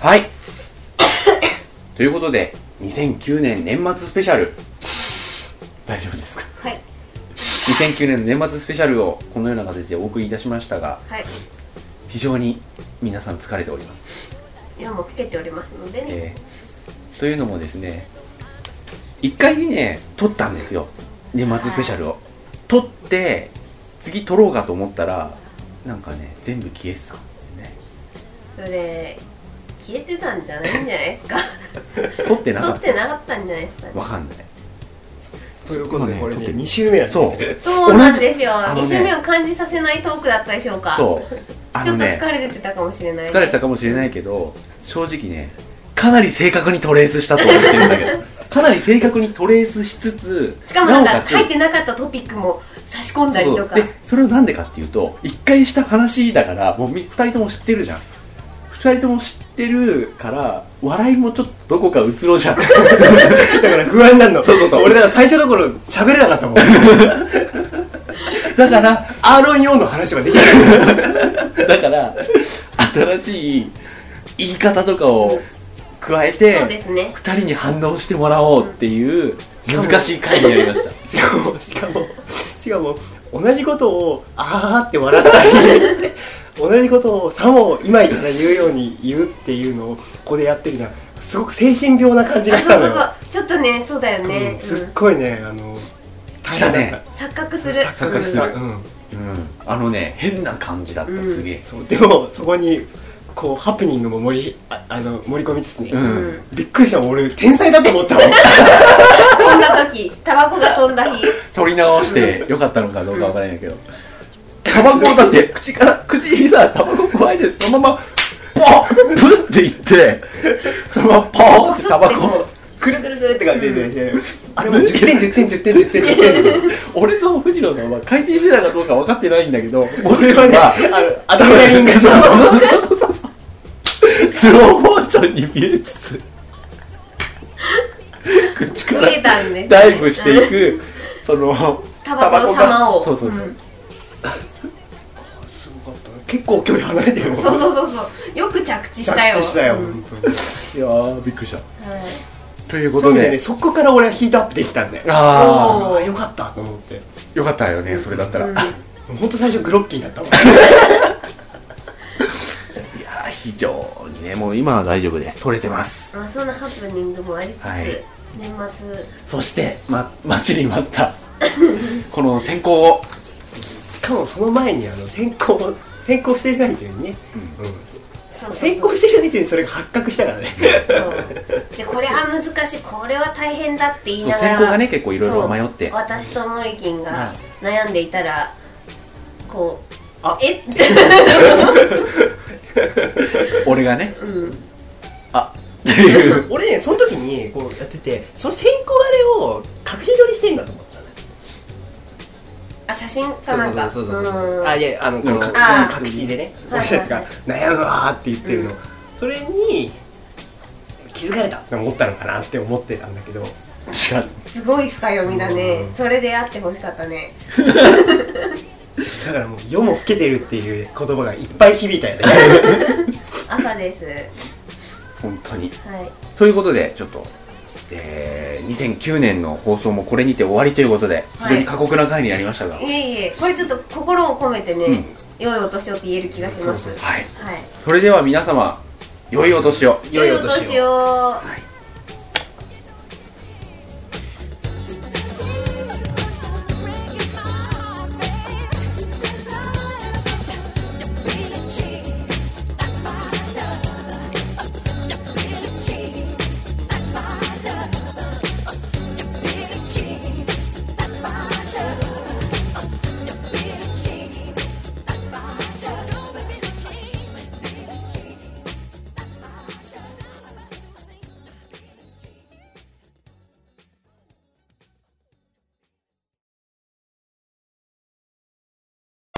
A: はい。ということで、2009年年末スペシャル。大丈夫ですか
B: はい
A: 2009年の年末スペシャルをこのような形でお送りいたしましたが
B: はい
A: 非常に皆さん疲れております、
B: いやもう老けておりますのでね、
A: えーというのもですね1回にね撮ったんですよ年末スペシャルを撮って次撮ろうかと思ったらなんかね全部消えてたんだよね
B: それ消えてたんじゃないんじゃないですか
A: 撮ってなか
B: 撮
A: っ
B: ってなかったんじゃないですか、
A: たわかんない
D: ということで
A: ね
D: これ
A: 撮
D: ね
A: って
D: 2週目だね
A: そう
B: そうなんですよ
A: あのね
B: 2週目を感じさせないトークだったでしょうか
A: そう あ
B: ちょ
A: の
B: っと
A: ね
B: 疲れ出てたかもしれないね
A: 疲れてたかもしれないけど正直ねかなり正確にトレースしたと思ってるんだけ どかなり正確にトレースしつつ
B: しかもなん
A: な
B: か
A: おかつ
B: 入ってなかったトピックも差し込んだりとか
A: そうでそれをなんでかっていうと1回した話だからもう2人とも知ってるじゃん2人とも知ってるから笑いもちょっとどこかうつろじゃん
D: だから不安になるの
A: そうそうそう
D: 俺だから最初の頃喋れなかった もん
A: だから
D: アーロン・ヨーの話はできない
A: だから新しい言い方とかを加えて
B: そうですね
A: 2人に反応してもらおうっていう難しい回になりました
D: しかもしかもしかも同じことをあーって笑ったり同じことをさも今言ったら言うように言うっていうのをここでやってるじゃんすごく精神病な感じ
B: あ
D: がし
B: そ
D: た
B: う
D: の
B: そう
D: よ
B: そうちょっとねそうだよね、う
D: うんんすっごいねあの
A: したね
B: 錯覚する
A: 錯覚する
B: うん
D: う
A: うん、あのね変な感じだった、
B: うん
A: すげえ
D: ん、そうでもそこにこうハプニングも盛りああの盛り込みつつね、
A: うん
B: うん
D: びっくりしたもん俺天才だと思ったもん
B: 飛んだ時タバコが飛んだ 日
A: 撮り直してよかったのかどうかわから ないけどタバコをだって口から口にさタバコ加えてそのままポップって言ってそのままポーンってタバコ
C: くるくるくるって感じで、あれもう10点10点10点10点10点
A: 俺と藤野さんは回転してたかどうか分かってないんだけど俺はね
C: あのアドレナリンが
A: そうそうそうそうそうスローモーションに見えつつ口か
B: 見え
A: ら
B: たんです、ね、
A: ダイブしていくその
B: タバコの様を
A: そうそうそう、
B: ん
C: すごかったね 結構距離離れてるもん
B: そうそうそうそうよく着地したよ
C: 着地したよ
B: うん
C: 本当
A: いや
C: に
A: ーびっくりした
B: はい
A: というこ
C: そ
A: と
C: ういう意味
A: で
C: でねそこから俺はヒートアップできたんだよ
A: あ
C: ああよかったと思って
A: あよかったよねそれだったら、
B: う ん
A: いや
C: 本当最初グロッキーだったもん
A: ー非常にねもう今は大丈夫です取れてます
B: まあ、そんなハプニングもありつつ、
A: はい
B: 年末
A: そして、ま、待ちに待った この選考を
C: しかもその前にあの先行先行してる最中にね、うん
B: そうそう
C: 先
B: そう
C: 行してる最中にそれが発覚したからね
B: そうでこれは難しいこれは大変だって言い
A: そう
B: なが
A: 選
B: ら
A: 考がね結構いろいろ迷って
B: そう私とモリキン
A: は
B: が
A: い
B: 悩んでいたらこう
C: あ
B: えっ、
A: 俺がね
B: うん、
A: っていう
C: 俺ねその時にこうやっててその先行あれを隠し撮りしてんだと思ったね
B: あ写真かなんか
C: そうそうそうそう
B: うん
C: あいやあのこの
A: うん
C: 隠し
B: あー
C: 隠しでね
B: はい
C: 俺たち
B: は
C: が
B: いは
C: 「悩むわ」って言ってるの、
B: うん
C: それに気づかれたって思ったのかなって思ってたんだけど
A: 違う
B: すごい深読みだね
C: うん
B: それであってほしかったね
C: だからもう「夜も更けてる」っていう言葉がいっぱい響い たよね
B: 朝です
A: 本当に
B: はい
A: ということでちょっとえー、2009年の放送もこれにて終わりということで非常に過酷な回になりましたが、
B: いえいえこれちょっと心を込めてね、
A: うん
B: 良いお年をって言える気がします
C: そうそう
A: はい
B: はい
A: それでは皆様良いお年を
C: 良いお年を
B: を
A: はい